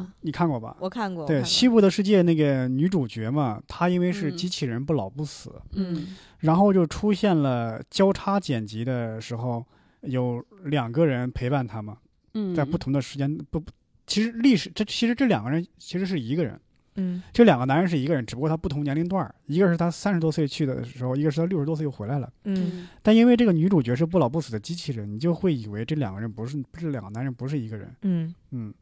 啊，，
你看过吧？
哦我看过，我
对，《
看
西部的世界》那个女主角嘛，她因为是
嗯
机器人不老不死，
嗯
然后就出现了交叉剪辑的时候，有两个人陪伴她嘛，
嗯，
在不同的时间不不，其实历史这其实这两个人其实是一个人，
过嗯
这两个男人是一个人，只不过他不同年龄段儿，一个是他三十多岁去的时候，一个是他六十多岁又回来了。
嗯
嗯
但因为这个女主角是不老不死的机器人，你就会以为这两个人不是这两个男人不是一个人。
嗯
嗯，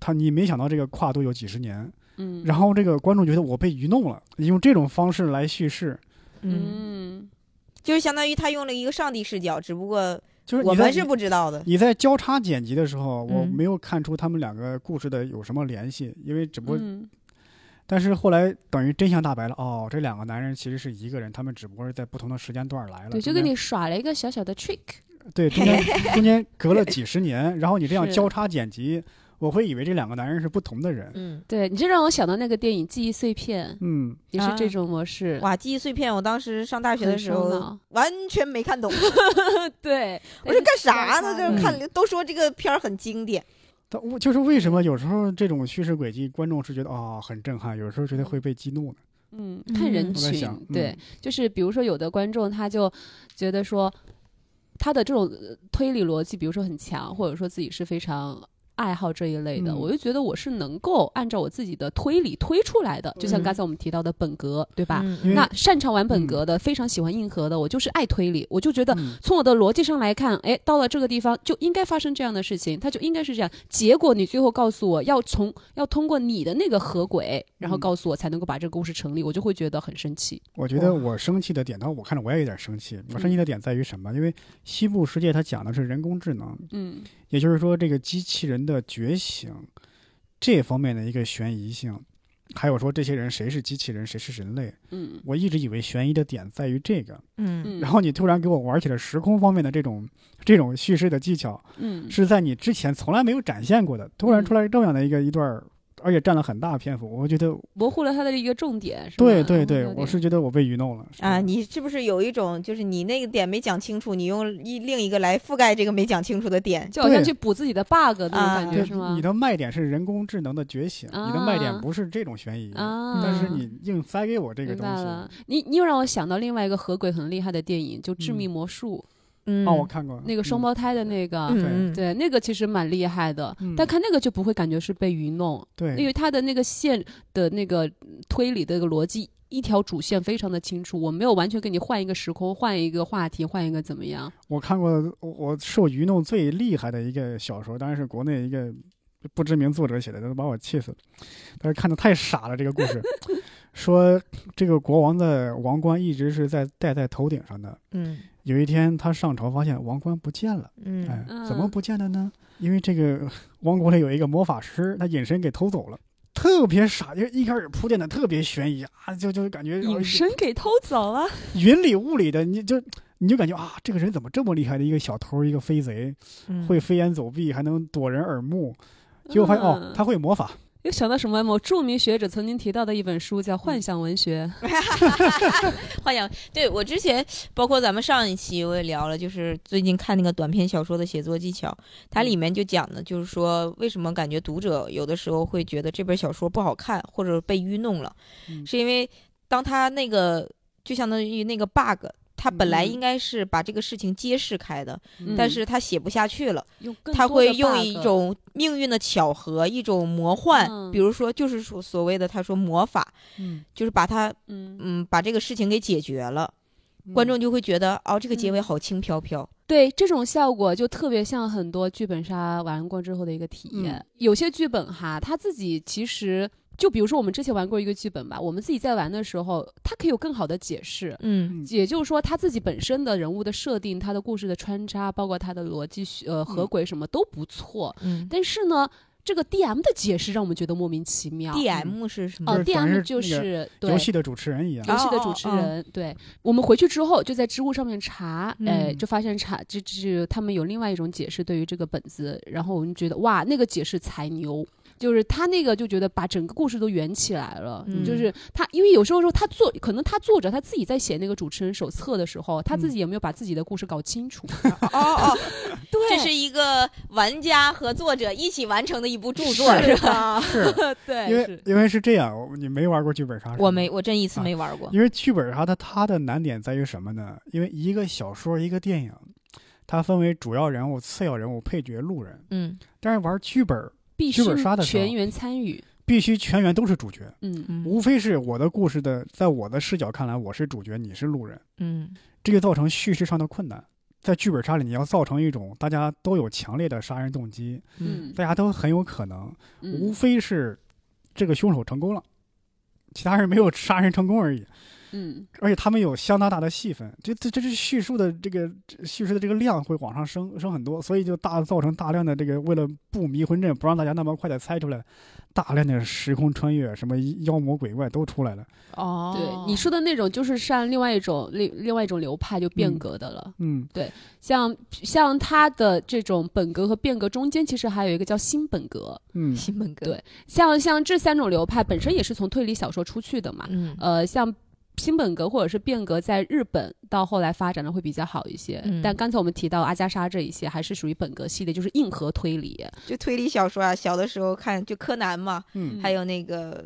他你没想到这个跨度有几十年，
嗯，
然
后
后这个观众觉得我被愚弄了，你用这种方式来叙事，
嗯，
嗯
就是相当于他用了一个上帝视角，只不过
就是
我
你在
们是不知道的，
你在交叉剪辑的时候，我
嗯
没有看出他们两个故事的有什么联系，因为只不过，
嗯
但是后来等于真相大白了，哦，这两个男人其实是一个人，他们只不过是在不同的时间段儿来了，
对，就
中
给
间
你耍了一个小小的 trick。
对，中 间中间隔了几十年，然后你这样
是
交叉剪辑，我会以为这两个男人是不同的人。
嗯。
对，你这让我想到那个电影《记忆碎片》，
嗯，
也是
啊
这种模式。
哇，记忆碎片！我当时上大学的
很
时
烧
候
脑哎
完全没看懂，
对，
我说干啥呢？就是
嗯
看都说这个片儿很经典，
但我就是为什么有时候这种叙事轨迹，观众是觉得啊、很震撼，有时候觉得会被激怒呢？
嗯，看人
嗯
我在
群
想，嗯
对，就是比如说有的观众他就觉得说他的这种呃推理逻辑，比如说很强，或者说自己是非常爱好这一类的，
嗯
我就觉得我是能够按照我自己的推理推出来的。就像
嗯
刚才我们提到的本格，对吧？
嗯
因为
那擅长玩本格的，非常喜欢硬核的，我就是爱推理，我就觉得
嗯
从我的逻辑上来看，哎，到了这个地方就应该发生这样的事情，它就应该是这样。结果你最后告诉我要从要通过你的那个合轨，然后
嗯
告诉我才能够把这个故事成立，我就会觉得很生气。
我觉得我生气的点，当然我看着我也有点生气。我
嗯
生气的点在于什么？因为《西部世界》它讲的是人工智能，
嗯
也就是说这个机器人的觉醒这方面的一个悬疑性，还有说这些人谁是机器人，谁是人类。
嗯
我一直以为悬疑的点在于这个，
嗯
嗯，
然后你突然给我玩起了时空方面的这种这种叙事的技巧，
嗯
是在你之前从来没有展现过的，突然出来这样的一个一段儿，而且占了很大篇幅，我觉得
模糊了它的一个重点，是吧？
对对对，
有点
我是觉得我被愚弄了
啊，
是
你是不是有一种就是你那个点没讲清楚，你用一另一个来覆盖这个没讲清楚的点？
就好像
对啊
去补自己的 bug 那种感觉，
对
是吗？
你的卖点是人工智能的觉醒，你的卖点不是这种悬疑，
啊，
但是你硬塞给我这个
明
东
白
西，
了，你你又让我想到另外一个合轨很厉害的电影，就《致命魔术》，
嗯
哦，我看过
那个双胞胎的那个，
嗯嗯
对，那个其实蛮厉害的。
嗯
但看那个就不会感觉是被愚弄，
对，
因为他的那个线的那个推理的那个逻辑，一条主线非常的清楚，我没有完全给你换一个时空，换一个话题，换一个怎么样？
我看过的，我我受愚弄最厉害的一个小说，当然是国内一个不知名作者写的，都把我气死了。但是看的太傻了，这个故 事说这个国王的王冠一直是在戴在头顶上的。
嗯
有一天他上朝发现王冠不见了，哎
嗯，
怎么不见了呢？因为这个王国里有一个魔法师，他隐身给偷走了。特别傻，因为一开始铺垫的特别悬疑啊，就就感觉
隐身给偷走了，
云里雾里的，你就你就感觉啊，这个人怎么这么厉害的一个小偷，一个飞贼，
嗯
会飞檐走壁，还能躲人耳目。结果发现、哦
嗯，
他会魔法，
又想到什么？某著名学者曾经提到的一本书叫《幻想文学》，
幻想。对我之前，包括咱们上一期我也聊了，就是最近看那个短篇小说的写作技巧，它里面就讲的，就是说为什么感觉读者有的时候会觉得这本小说不好看，或者被愚弄了，
嗯
是因为当他那个就相当于那个 bug。他本来
嗯
应该是把这个事情揭示开的，
嗯
但是他写不下去了，
用更
他
多
会
的
用
bug
一种命运的巧合，一种魔幻，
嗯
比如说就是说所谓的他说魔法，
嗯，
就是把它
嗯，
嗯把这个事情给解决了，嗯
嗯
观众就会觉得哦，这个结尾
嗯
好轻飘飘。
对这种效果就特别像很多剧本杀玩过之后的一个体验。
嗯
有些剧本哈，他自己其实就比如说我们之前玩过一个剧本吧，我们自己在玩的时候，它可以有更好的解释。
嗯
也就是说，他自己本身的人物的设定、他的故事的穿插，包括他的逻辑呃
嗯
合轨什么都不错。
嗯
但是呢，这个 DM 的解释让我们觉得莫名其妙。
，D M 是什么？
哦
就是反
，DM
正那
就
个
是对
游戏的主持人一样。
游戏的
哦
主
哦
持
哦
人。对我们回去之后就在知乎上面查，哎，
嗯
就发现查这这他们有另外一种解释对于这个本子，然后我们觉得哇，那个解释才牛。就是他那个就觉得把整个故事都圆起来了，
嗯
就是他，因为有时候说他作，可能他作者他自己在写那个主持人手册的时候，他
嗯
自己也没有把自己的故事搞 清楚。
哦哦，
对
这是一个玩家和作者一起完成的一部著作，
是
吧？
是
对，
因为
是
因为是这样，我你没玩过剧本杀？是吧
我没，。我真一次没玩
啊
过。
因为剧本杀它它的难点在于什么呢？因为一个小说一个电影，它分为主要人物、次要人物、配角、路人。
嗯
但是玩剧本
必须
剧本杀的时候
全员参与，
必须全员都是主角，
嗯
嗯
无非是我的故事的，在我的视角看来，我是主角，你是路人，
嗯
这就造成叙事上的困难。在剧本杀里，你要造成一种大家都有强烈的杀人动机，
嗯
嗯
大家都很有可能，无
嗯
非是这个凶手成功了，其他人没有杀人成功而已。
嗯，
而且他们有相当大的戏份，这这这是叙述的这个这叙事的这个量会往上升升很多，所以就大造成大量的这个为了不迷魂阵，不让大家那么快的猜出来，大量的时空穿越，什么妖魔鬼怪都出来了。
哦
对，你说的那种就是上另外一种另另外一种流派就变
嗯
革的了。
嗯，
像像它的这种本格和变革中间，其实还有一个叫新本格。
嗯，
新本格
对像像这三种流派本身也是从推理小说出去的嘛。
嗯
呃，像新本格或者是变革，在日本到后来发展的会比较好一些。
嗯
但刚才我们提到阿加莎这一些，还是属于本格系列，就是硬核推理。
就推理小说啊，小的时候看就柯南嘛，
嗯
还有那个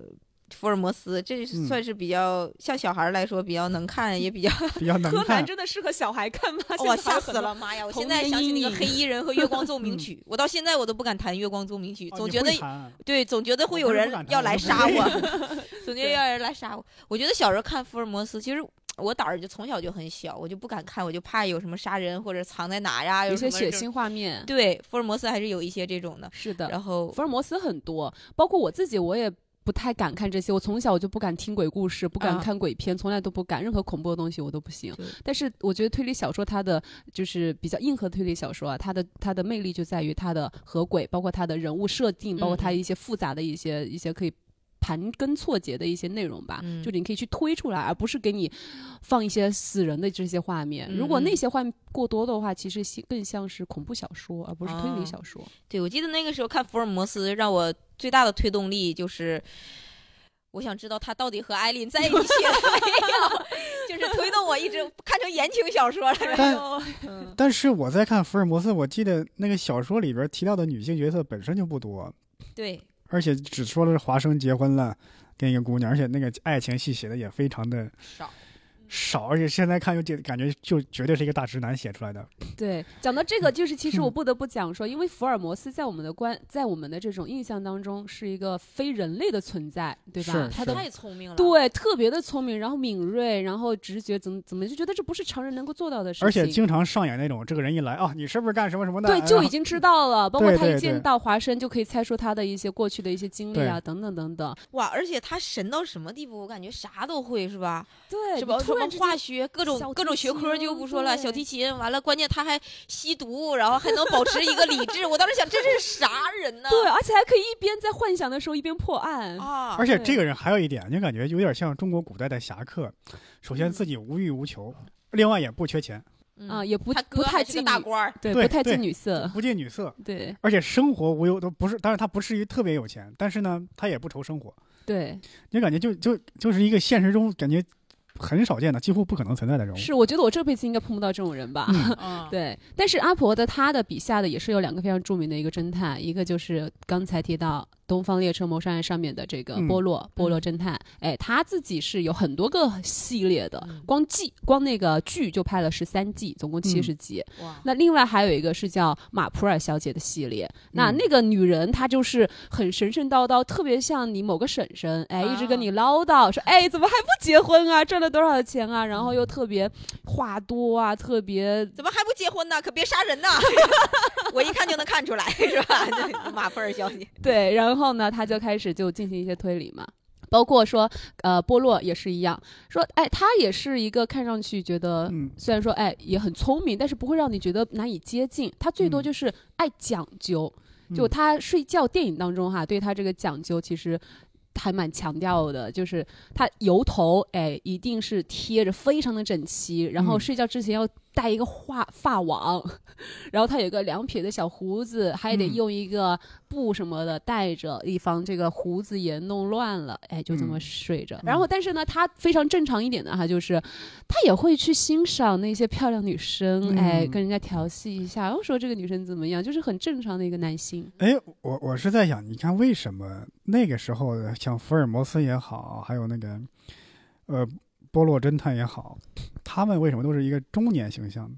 福尔摩斯，这是
嗯
算是比较、像小孩儿来说比较能看，也比较
比较能
柯南
看。
真的适合小孩看吗？
哇，
现在
吓
还有
死
很多
了！妈哦呀，我
童
现在
年
想起那个
阴
黑衣人和月光奏 鸣曲，我到现在我都不敢弹月光奏鸣曲，
哦
总
你
觉
会
得
弹
对，总觉得会
我
有
不是不
人
敢弹
要
我
来
是
杀
不
我， 总觉得要有人来杀我。我觉得小时候看福尔摩斯，其实我胆儿就从小就很小，我就不敢看，我就怕有什么杀人或者藏在哪呀，
有
有
一些
什么
血
这种。
腥画面。
对，福尔摩斯还是有一些这种的。
是的，
然后
福尔摩斯很多，包括我自己，我也不太敢看这些。我从小就不敢听鬼故事，不敢
啊
看鬼片，从来都不敢任何恐怖的东西，我都不行
对。
但是我觉得推理小说它的就是比较硬核推理小说啊，它的它的魅力就在于它的和鬼，包括它的人物设定，包括它
嗯嗯
一些复杂的一些一些可以。盘根错节的一些内容吧，
嗯
就你可以去推出来，而不是给你放一些死人的这些画面。如果
嗯嗯
那些画面过多的话，其实像更像是恐怖小说，而不是推
哦
理小说。
对，我记得那个时候看福尔摩斯，让我最大的推动力就是，我想知道他到底和艾琳在一起了没有， 就是推动我一直看成言情小说了。然后
哎
但是我在看福尔摩斯，我记得那个小说里边提到的女性角色本身就不多，
对，
而且只说了是华生结婚了，跟一个姑娘，而且那个爱情戏写的也非常的
少
少，而且现在看就觉感觉就绝对是一个大直男写出来的。
对，讲到这个，就是其实
嗯
我不得不讲说，因为福尔摩斯在我们的观，在我们的这种印象当中是一个非人类的存在，对吧？
是
他
是
的
太聪明了。
啊对特别的聪明，然后敏锐，然后直觉，怎么怎么就觉得这不是常人能够做到的事情。
而且经常上演那种这个人一来啊，你是不是干什么什么的？
对，就
然
已
后
经知道了，包括
对
他一
对
见
对
到华生就可以猜出他的一些过去的一些经历啊，等等等等。
哇，而且他神到什么地步？我感觉啥都会是吧？
对，
是吧？
你
什
突
么
然之间
化学各
小
种各种
提
学科就
琴
不说了，
对
小提琴完了，关键他还吸毒，然后还能保持一个理智。我当时想，这是啥人呢？
对，而且还可以一边在幻想的时候一边破案。
啊，
而且
对
这个人还有一点，就感觉有点像中国古代的侠客，首先自己无欲无求，另外也不缺钱，
嗯
啊，也不
他
不
哥
太
还是
近
个大
女
官儿，
对，
对
不太近
对
女色，
不近女色，
对
而且生活无忧都不是，当然他不至于特别有钱，但是呢，他也不愁生活，
对。
你感觉就就就是一个现实中感觉很少见的，几乎不可能存在的人物。
是，我觉得我这辈子应该碰不到这种人 吧。
啊
嗯，
对，但是阿婆的她的笔下的也是有两个非常著名的一个侦探，一个就是刚才提到《东方列车谋杀案》上面的这个
嗯
波洛、波洛
嗯
侦探，哎，他自己是有很多个系列的
嗯，
光季光那个剧就拍了十三季，总共七十集。
嗯
哇，
那另外还有一个是叫马普尔小姐的系列，那
嗯
那个女人她就是很神神叨叨，特别像你某个婶婶，哎，
啊
一直跟你唠叨说，哎，怎么还不结婚啊？赚了多少钱啊？然后又特别话多啊，特别
怎么还不结婚呢？可 别杀人呐！我一看就能看出来， 是吧？对马普尔小姐，
对，然后呢，他就开始就进行一些推理嘛。包括说，呃，波洛也是一样，说，哎，他也是一个看上去觉得，
嗯
虽然说，哎，也很聪明，但是不会让你觉得难以接近。他最多
嗯
就是爱讲究，就
嗯
他睡觉电影当中哈，对他这个讲究其实还蛮强调的，就是他油头哎一定是贴着非常的整齐，然后
嗯
睡觉之前要戴一个发发网， 然后他有个两撇的小胡子，还得
嗯
用一个布什么的带着，以防这个胡子也弄乱了，哎就这么
嗯
睡着。然后但是呢，他非常正常一点的哈，就是他也会去欣赏那些漂亮女生，
嗯
哎跟人家调戏一下，然后说这个女生怎么样，就是很正常的一个男性。
哎，我我是在想，你看为什么那个时候的像福尔摩斯也好，还有那个呃波洛侦探也好，他们为什么都是一个中年形象，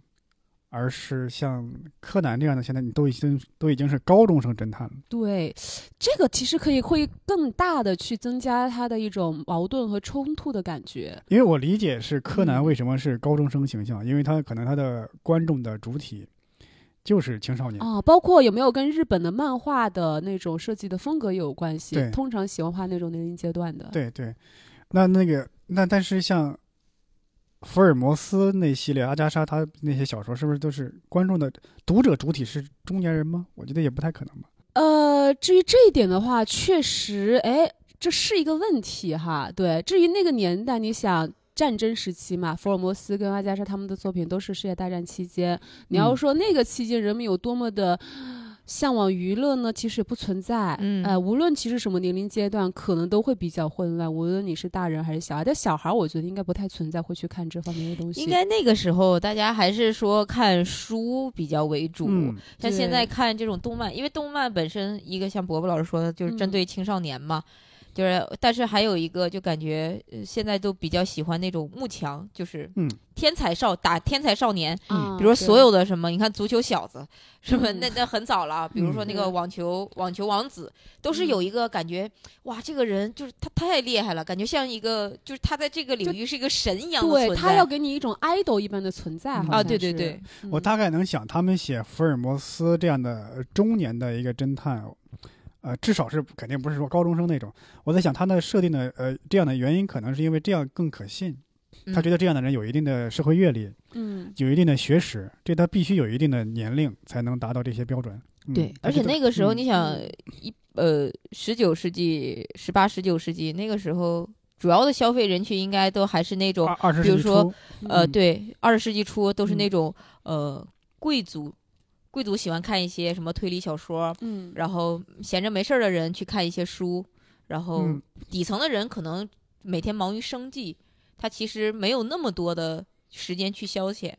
而是像柯南这样的，现在你都已经都已经是高中生侦探了。
对，这个其实可以会更大的去增加他的一种矛盾和冲突的感觉。
因为我理解是柯南
嗯
为什么是高中生形象，因为他可能他的观众的主体就是青少年。
啊，包括有没有跟日本的漫画的那种设计的风格也有关系。
对
通常喜欢画那种年龄阶段的。
对对，那那个那但是像福尔摩斯那系列阿加莎他那些小说，是不是都是观众的读者主体是中年人吗？我觉得也不太可能吧。
呃，至于这一点的话，确实，哎，这是一个问题哈。对，至于那个年代，你想。战争时期嘛，福尔摩斯跟阿加莎他们的作品都是世界大战期间。你要
嗯
说那个期间人们有多么的向往娱乐呢？其实也不存在。
嗯
呃，无论其实什么年龄阶段，可能都会比较混乱。无论你是大人还是小孩，但小孩我觉得应该不太存在会去看这方面的东西。
应该那个时候大家还是说看书比较为主，
嗯，
像现
对
在看这种动漫，因为动漫本身一个像伯伯老师说的，就是针
嗯
对青少年嘛。就是，但是还有一个，就感觉呃现在都比较喜欢那种慕强，就是
嗯
天才少打天才少年，
嗯
啊
比如说
对
所有的什么，你看足球小子什么，
嗯
那那很早了啊。比如说那个
嗯
网球网球王子，都是有一个感觉，哇，这个人就是他太厉害了，感觉像一个就是他在这个领域是一个神一样的
对
存
他
在
要给你一种 idol 一般的存在，
嗯
好
啊，
像
对对
是
对，，
嗯
我大概能想，他们写福尔摩斯这样的中年的一个侦探，呃，至少是肯定不是说高中生那种。我在想，他的设定的呃这样的原因，可能是因为这样更可信。他觉
得
得这样的人有一定的社会阅历，
嗯，
有一定的学识，这他必须有一定的年龄才能达到这些标准。嗯
对，而且那个时候你想
嗯
一呃，十九世纪、十八、十九世纪那个时候，主要的消费人群应该都还是那种
二
啊
二十
比
世
如
纪
说
初，
呃，
嗯
对，二十世纪初都是那
嗯
种、呃贵族，贵族喜欢看一些什么推理小说，
嗯，
然后闲着没事儿的人去看一些书，然后
嗯
底层的人可能每天忙于生计，他其实没有那么多的时间去消遣。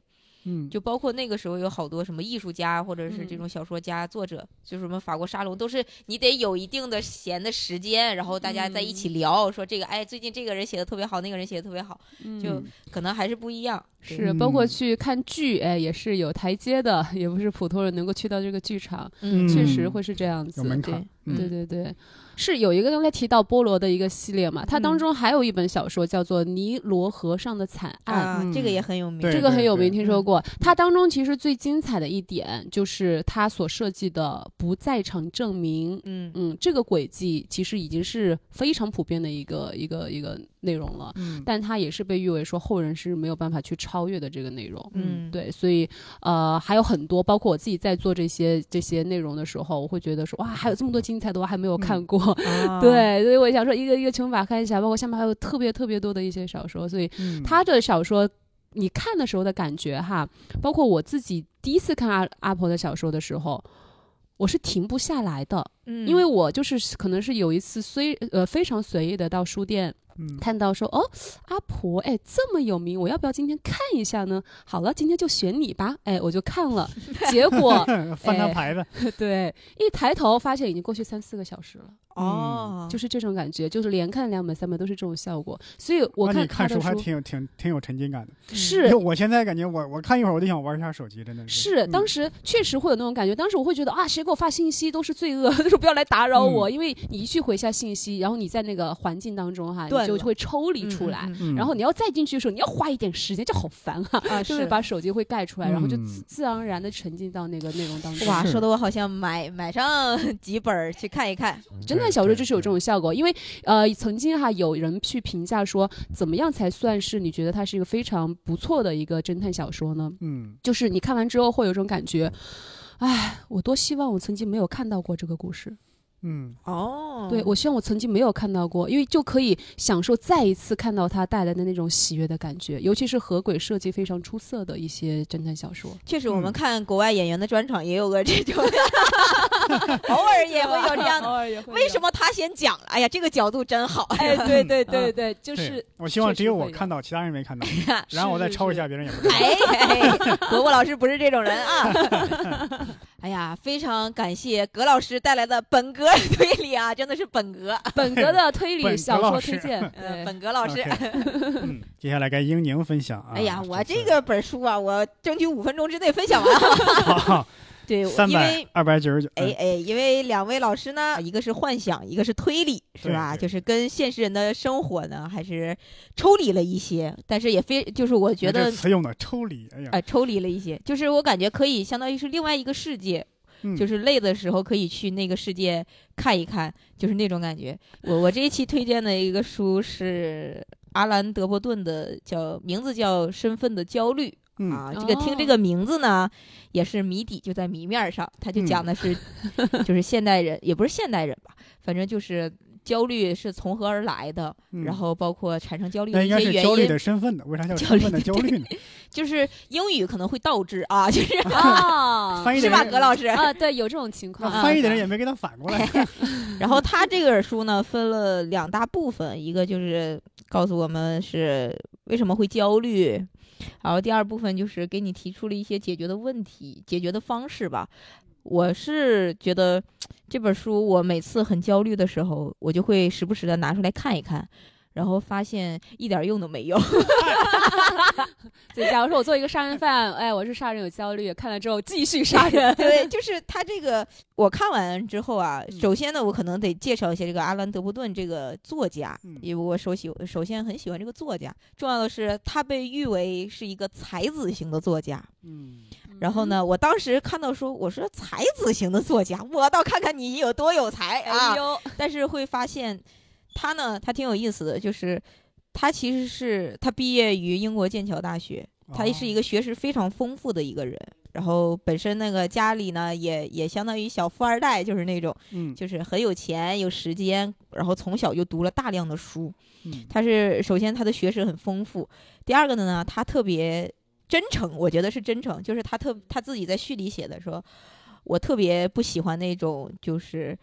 嗯，
就包括那个时候有好多什么艺术家或者是这
嗯
种小说家、作者，就是什么法国沙龙，都是你得有一定的闲的时间，然后大家在一起聊，说这个哎，最近这个人写的特别好，那个人写的特别好，
嗯
就可能还是不一样。对
是包括
嗯
去看剧，哎，也是有台阶的，也不是普通人能够去到这个剧场，
嗯，
确
嗯
实会是这样子
有。门槛
对。
嗯
对对对，是有一个刚才提到菠萝的一个系列嘛，它当
嗯
中还有一本小说叫做《尼罗河上的惨案》，
啊，这个也很有名。
对
这个很有名，
对
听说过。它当中其实最精彩的一点就是它所设计的不在场证明。
嗯
嗯，这个轨迹其实已经是非常普遍的一个一个一个内容了，
嗯
但它也是被誉为说后人是没有办法去超越的这个内容。
嗯，
对，所以呃还有很多，包括我自己在做这些这些内容的时候，我会觉得说哇，还有这么多精彩的我还没有看过。
嗯啊，
对，所以我想说一个一个穷法看一下，包括下面还有特别特别多的一些小说，所以
嗯
他的小说，你看的时候的感觉哈，包括我自己第一次看阿阿婆的小说的时候，我是停不下来的，
嗯，
因为我就是可能是有一次虽呃非常随意的到书店
嗯
看到说哦阿婆哎这么有名，我要不要今天看一下呢？好了，今天就选你吧，哎我就看 了，结果
翻
哎
张牌的，
对一抬头发现已经过去三四个小时了。
哦，
嗯就是是这种感觉，就是连看两本三本都是这种效果，所以我
那
看
你
他
看
的
书还
书
挺有挺挺有沉浸感的。
嗯
是
就我现在感觉我我看一会儿我就想玩一下手机，真的嗯
是，当
时
时确实会有那种感觉。当时我会觉得啊，谁给我发信息都是罪恶， 就是不要来打扰我，
嗯
因为你一去回下信息，然后你在那个环境当中哈，
断
你就
了
会抽
嗯
离出来。
嗯
然后你要再进去的时候，你要花一点时间，就好烦啊！
啊，
就会
是
把手机会盖出来，然后就
嗯
自自然而然的沉浸到那个内容当中。
哇，
是
说的我好像买买上 几本儿去看一看。
侦探小说就是有这种效果，因为呃，曾经哈有人去评价说，怎么样才算是你觉得它是一个非常不错的一个侦探小说呢？
嗯
就是你看完之后会有一种感觉，哎，我多希望我曾经没有看到过这个故事。
嗯
哦
对，我希望我曾经没有看到过，因为就可以享受再一次看到它带来的那种喜悦的感觉，尤其是河鬼设计非常出色的一些侦探小说。
确实，我们
嗯
看国外演员的专场也有个 这种， 偶尔也会有这 样的。为什
么？
么他先讲了？哎呀，这个角度真好。
哎，对对
对
对对，就
对
是
我希望
确
只
实
有
会
我
有
看到，其他人没看到，
哎
然后我再
是
抄一
是
下，别人也不看到。
哎，伯伯老师不是这种人啊。哎呀，非常感谢葛老师带来的本格推理啊，真的是本格，
本格的推
本
理
格
小
老
说
师
推荐。
呃，
对
本格老师。
OK 嗯，接下来该英宁分享啊。
哎呀，我
这
这
次
个本书啊，我争取五分钟之内分享完啊。
好，
对，
三
因为
百二百九十九，嗯
哎哎，因为两位老师呢，一个是幻想，一个是推理，是
对
吧？
对
就是跟现实人的生活呢，还是抽离了一些，但是也非就是我觉
这
得
词用的抽离，哎呀，
呃抽离了一些，就是我感觉可以相当于是另外一个世界，
嗯
就是累的时候可以去那个世界看一看，就是那种感觉。我我这一期推荐的一个书是阿兰·德伯顿的，叫名字叫《身份的焦虑》。
嗯
啊，这个听这
哦
个名字呢，也是谜底就在谜面儿上。他就
嗯
讲的是，就是现代人，也不是现代人吧，反正就是焦虑是从何而来的，
嗯
然后包括产生焦虑
那
的
应
一
该
些
是
原
焦虑
因，
的身份的，为啥叫
焦
身
虑
份的
的
焦虑呢？
就是英语可能会倒置啊，就是
啊
翻译
是
的
吧，
人
葛老师？
啊，对，有这种情
那
况。
翻译的人也没给他反过
哎
来。
然后他这本书呢，分了两大部分，一个就是告诉我们是为什么会焦虑，然后第二部分就是给你提出了一些解决的问题、解决的方式吧。我是觉得这本书，我每次很焦虑的时候，我就会时不时的拿出来看一看，然后发现一点用都没有。。
就假如说我做一个杀人犯，哎，我是杀人有焦虑，看了之后继续杀人
对，就是他这个，我看完之后啊，
嗯
首先呢，我可能得介绍一下这个阿兰·德伯顿这个作家
嗯，
因为我首喜首先很喜欢这个作家，重要的是他被誉为是一个才子型的作家。
嗯，
然后呢，我当时看到说，我说才子型的作家，我倒看看你有多有才
嗯？
啊
哎！ 呦，
但是会发现，他呢，他挺有意思的，就是他其实是他毕业于英国剑桥大学， 他是一
个
个学识非常丰富的一个人。然后本身那个家里呢，也也相当于小富二代，就是那种
嗯
就是很有钱、有时间，然后从小就读了大量的书。
嗯
他是首先他的学识很丰富，第二个呢，他特别真诚，我觉得是真诚，就是他特他自己在序里写的说，我特别不喜欢那种就是，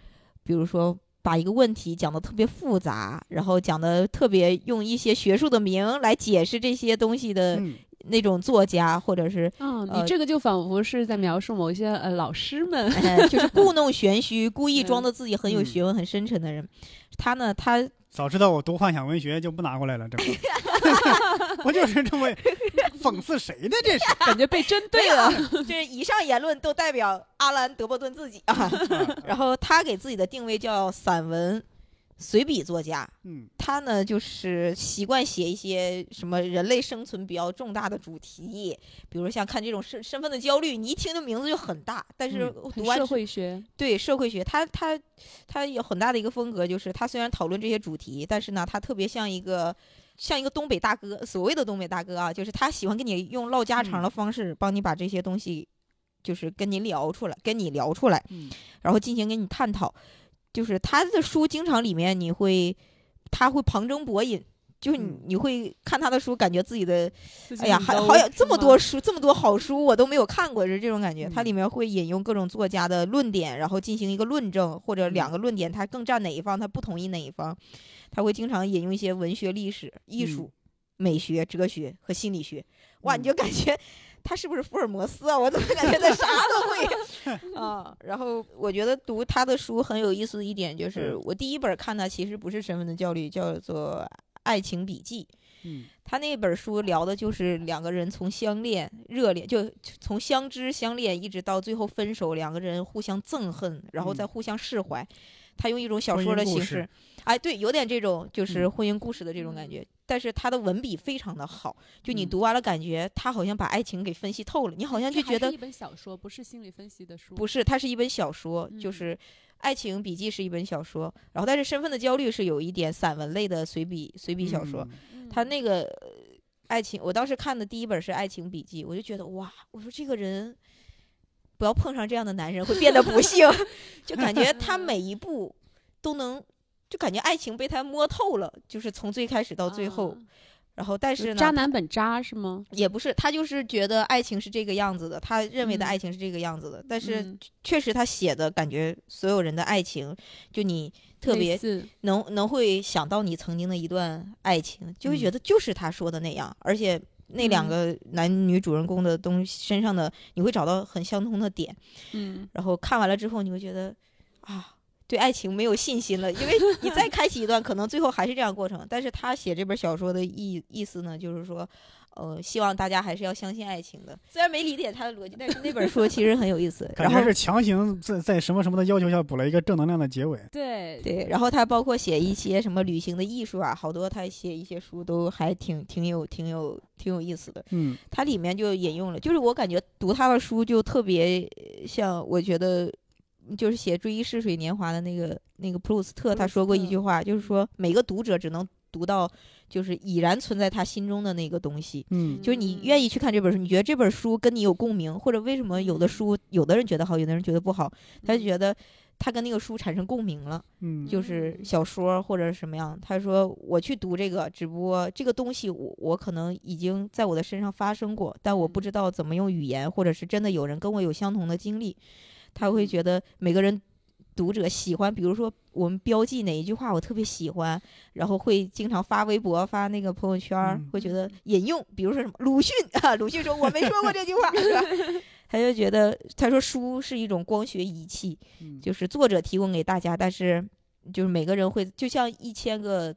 比如说。把一个问题讲得特别复杂，然后讲的特别用一些学术的名来解释这些东西的
嗯
那种作家，或者 是
嗯，你
呃
这个就仿佛是在描述某一些呃老师 们。
呃，就是故弄玄虚，故意装
嗯
的自己很有
嗯
学问、很深沉的人。他呢，他
早知道我读幻想文学就不拿过来了，这 不， 我就是这么讽刺谁呢？这是
感觉被针对
对了，就是以上言论都代表阿兰德伯顿自己 啊。 然后他给自己的定位叫散文随笔作家，
嗯
他呢就是习惯写一些什么人类生存比较重大的主题，比如像看这种身身份的焦虑，你一听这名字就很大，但是
嗯
读
很
完
社
之
会学，
对社会学，他他他有很大的一个风格，就是他虽然讨论这些主题，但是呢，他特别像一个像一个东北大哥，所谓的东北大哥啊，就是他喜欢跟你用唠家常的方式，帮你把这些东西，就是跟你聊出来，跟你聊出来，
嗯
然后进行跟你探讨。就是他的书经常里面你会，他会旁征博引。就是你
嗯
你会看他的书，感觉自己的
自己
哎呀，
很
还
高
好有这
是
么
吗
多书，这么多好书，我都没有看过，是这种感觉。它
嗯
里面会引用各种作家的论点，然后进行一个论证，或者两个论点，他更站哪一方，他不同意哪一方。他会经常引用一些文学、历史、
嗯
艺术、美学、哲学和心理学。哇，
嗯
你就感觉他是不是福尔摩斯啊？我怎么感觉他啥都会啊？然后我觉得读他的书很有意思的一点就是，
嗯
我第一本看他其实不是《身份的焦虑》，叫做《爱情笔记》。
嗯
他那本书聊的就是两个人从相恋、热恋，就从相知、相恋，一直到最后分手，两个人互相憎恨，然后再
嗯
互相释怀。他用一种小
婚
说
姻
的
故
形
事
式，哎，对，有点这种就是
嗯
婚姻故事的这种感觉。但是他的文笔非常的好，就你
嗯
读完了，感觉他好像把爱情给分析透了，你好像
这
就觉
还是
得
一本小说，不是心理分析的书。
不是，它是一本小说，就
嗯
是《爱情笔记》是一本小说，然后但是《身份的焦虑》是有一点散文类的随笔随笔小说。，
嗯，
他那个呃爱情，我当时看的第一本是《爱情笔记》，我就觉得哇，我说这个人不要碰上这样的男人会变得不 幸，就感觉
嗯
他每一步都能，就感觉爱情被他摸透了，就是从最开始到最后，
啊
然后但
就是
呢，
渣男本渣是吗？
也不是他就是觉得爱情是这个样子的，他认为的
嗯
爱情是这个样子的，但是
嗯
确实他写的感觉所有人的爱情，就你特
类
别
似
能能会想到你曾经的一段爱情，就会
嗯
觉得就是他说的那样，而且那两
嗯
个男女主人公的东西身上的，你会找到很相通的点。
嗯，
然后看完了之后，你会觉得啊，对爱情没有信心了，因为你再开启一段，可能最后还是这样的过程。但是他写这本小说的意意思呢，就是说，呃，希望大家还是要相信爱情的。虽然没理解他的逻辑，但是那本书其实很有意思。
感
然后
觉是强行在在什么什么的要求下补了一个正能量的结尾。
对
对，然后他包括写一些什么旅行的艺术啊，好多他写一些书都还挺挺有挺有挺有意思的。
嗯
他里面就引用了，就是我感觉读他的书就特别呃像，我觉得就是写《追忆似水年华》的那个那个普鲁斯特，
普
他
鲁斯
说过一
特
句话，就是说每个读者只能读到就是已然存在他心中的那个东西。
嗯
就是你
嗯
愿意去看这本书，你觉得这本书跟你有共鸣，或者为什么有的书有的人觉得好，有的人觉得不好，他
嗯
就觉得他跟那个书产生共鸣了。
嗯
就是
嗯
小说或者什么样。他说我去读这个，只不过这个东西我我可能已经在我的身上发生过，但我不
嗯
知道怎么用语言，或者是真的有人跟我有相同的经历，他会
嗯
觉得每个人。读者喜欢，比如说我们标记哪一句话我特别喜欢，然后会经常发微博、发那个朋友圈儿，
嗯
会觉得
嗯
引用，比如说什么鲁迅啊，鲁迅说我没说过这句话，是吧？他就觉得他说书是一种光学仪器，
嗯
就是作者提供给大家，但是就是每个人会就像一千个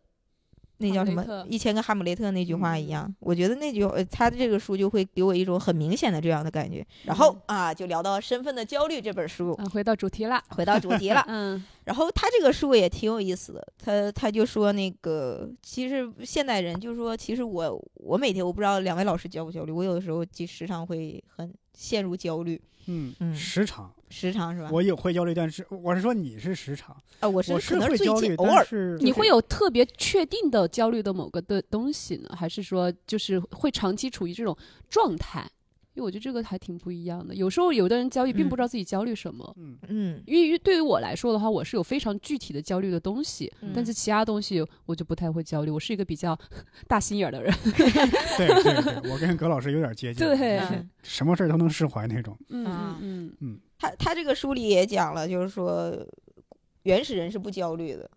那叫什
哈姆雷
么
特
一千个哈姆雷特那句话一
嗯
样，我觉得那句呃他的这个书就会给我一种很明显的这样的感觉。然后
嗯
啊，就聊到《身份的焦虑》这本书，
啊，回到主题了，
回到主题 了。
嗯
然后他这个书也挺有意思的，他他就说那个，其实现代人就是说，其实我我每天我不知道两位老师焦不焦虑，我有的时候就时常会很陷入焦虑，
嗯，
嗯
时长
时常是吧？
我也会焦虑，但是我是说你是时长，
啊，我是
我
可
是
能
会
最
焦
近
虑，
偶
但
尔
是
你会有特别确定的焦虑的某个的东西呢，还是说就是会长期处于这种状态？因为我觉得这个还挺不一样的。有时候有的人焦虑，并不知道自己焦虑什么。
嗯
嗯
因为对于我来说的话，我是有非常具体的焦虑的东西，
嗯
但是其他东西我就不太会焦虑。我是一个比较 大心眼儿 的人。
对对对，我跟葛老师有点接近，
对
就是
嗯
什么事儿都能释怀那种。
嗯
啊
嗯
他他这个书里也讲了，就是说原始人是不焦虑的，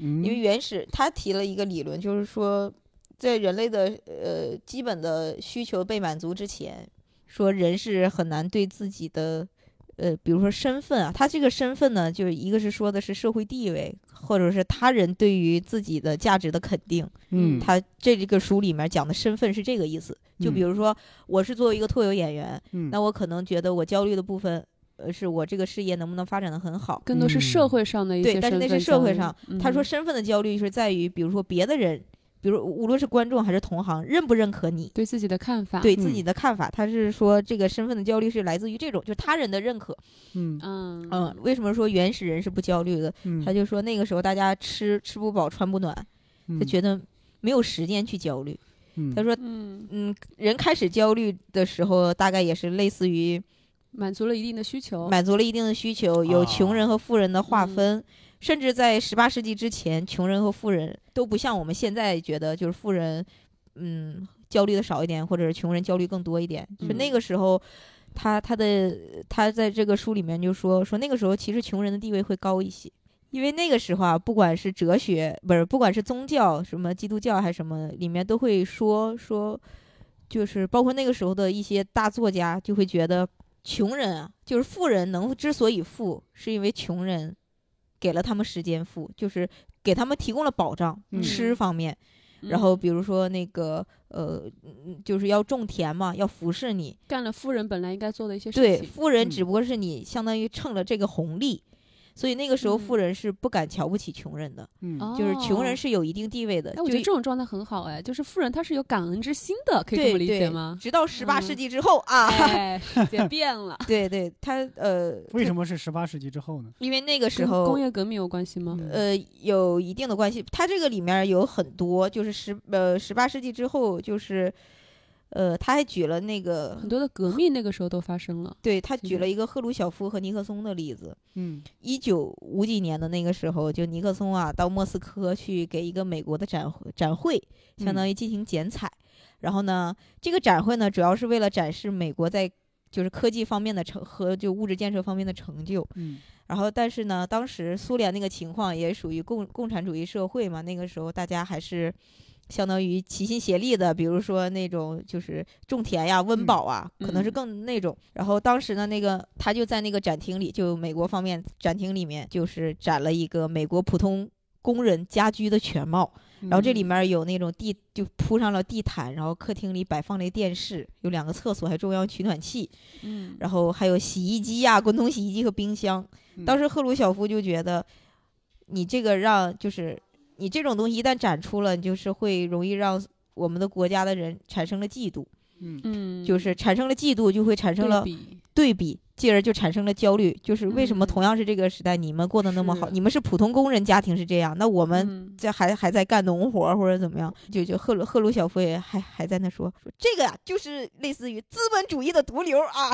嗯，
因为原始他提了一个理论，就是说在人类的呃基本的需求被满足之前，说人是很难对自己的呃，比如说身份啊，他这个身份呢，就是一个是说的是社会地位，或者是他人对于自己的价值的肯定。
嗯
他这这个书里面讲的身份是这个意思。就比
嗯
如说，我是作为一个脱口演员，
嗯
那我可能觉得我焦虑的部分，呃，是我这个事业能不能发展的很好。
更多是
嗯
社会上的一些
对但是那
身份
是社会
焦虑
上。
嗯
他说，身份的焦虑是在于，比如说别的人，比如无论是观众还是同行，认不认可你，
对自己的看法，
对自己的看法，他是说这个身份的焦虑是来自于这种，就是他人的认可。
嗯
嗯
嗯，为什么说原始人是不焦虑的？
嗯，
他就说那个时候大家吃吃不饱穿不暖，他
他
觉得没有时间去焦虑。
说
他说，
嗯，
嗯，人开始焦虑的时候，大概也是类似于
满足了一定的需求，
满足了一定的需求，有穷人和富人的划
嗯
分，甚至在十八世纪之前，穷人和富人都不像我们现在觉得就是富人，嗯，焦虑的少一点，或者是穷人焦虑更多一点。就
嗯
那个时候，他他的他在这个书里面就说说那个时候其实穷人的地位会高一些。因为那个时候啊，不管是哲学，不是不管是宗教，什么基督教还是什么，里面都会说说，就是包括那个时候的一些大作家，就会觉得穷人啊，就是富人能之所以富，是因为穷人给了他们时间富，就是给他们提供了保障，
嗯
吃方面。
嗯
然后比如说那个呃，嗯就是要种田嘛，要服侍你。
干了富人本来应该做的一些事
对，
情，
富人
嗯
只不过是你相当于蹭了这个红利。所以那个时候，
嗯
富人是不敢瞧不起穷人的，
嗯
就是穷
哦
人是有一定地位的。
哎，我觉
就
得这种状态很好哎，就是富人他是有感恩之心的，可以这
对
么理解
对
吗？
直到十八世
嗯
纪之后啊，
哎，世界 变了，
对对，他呃，
为什么是十八世纪之后呢？
因为那个时
跟
候
工业革命有关系吗？
呃，有一定的关系。它这个里面有很多，就是十呃十八世纪之后，就是呃，他还举了那个
很，多的革命那个时候都发生了，
对他举
实
了一个赫鲁晓夫和尼克松的例子。
嗯
一九五几年的那个时候，就尼克松啊到莫斯科去给一个美国的展会展会，相
嗯
当于进行剪彩。然后呢，这个展会呢，主要是为了展示美国在就是科技方面的成和就物质建设方面的成就。
嗯
然后，但是呢，当时苏联那个情况也属于共共产主义社会嘛，那个时候大家还是相当于齐心协力的，比如说那种就是种田呀、温饱啊，可能是
嗯
更那种。然后当时呢，那个他就在那个展厅里，就美国方面展厅里面，就是展了一个美国普通工人家居的全貌。
嗯
嗯
然后这里面有那种地就铺上了地毯，然后客厅里摆放了一电视，有两个厕所，还中央取暖器。
嗯，
然后还有洗衣机呀、滚筒洗衣机和冰箱
嗯。
当时赫鲁晓夫就觉得，你这个让就是你这种东西一旦展出了，你就是会容易让我们的国家的人产生了嫉妒，
嗯
嗯，
就是产生了嫉妒，就会产生
对
了
比
对比，进而就产生了焦虑。就是为什么
嗯
同样是这个时代，你们过得那么好，
是
你们是普通工人家庭是这样，那我们
嗯
这还还在干农活儿或者怎么样，就就赫鲁赫鲁晓夫也还还在那说说这个呀、就是类似于资本主义的毒瘤 啊，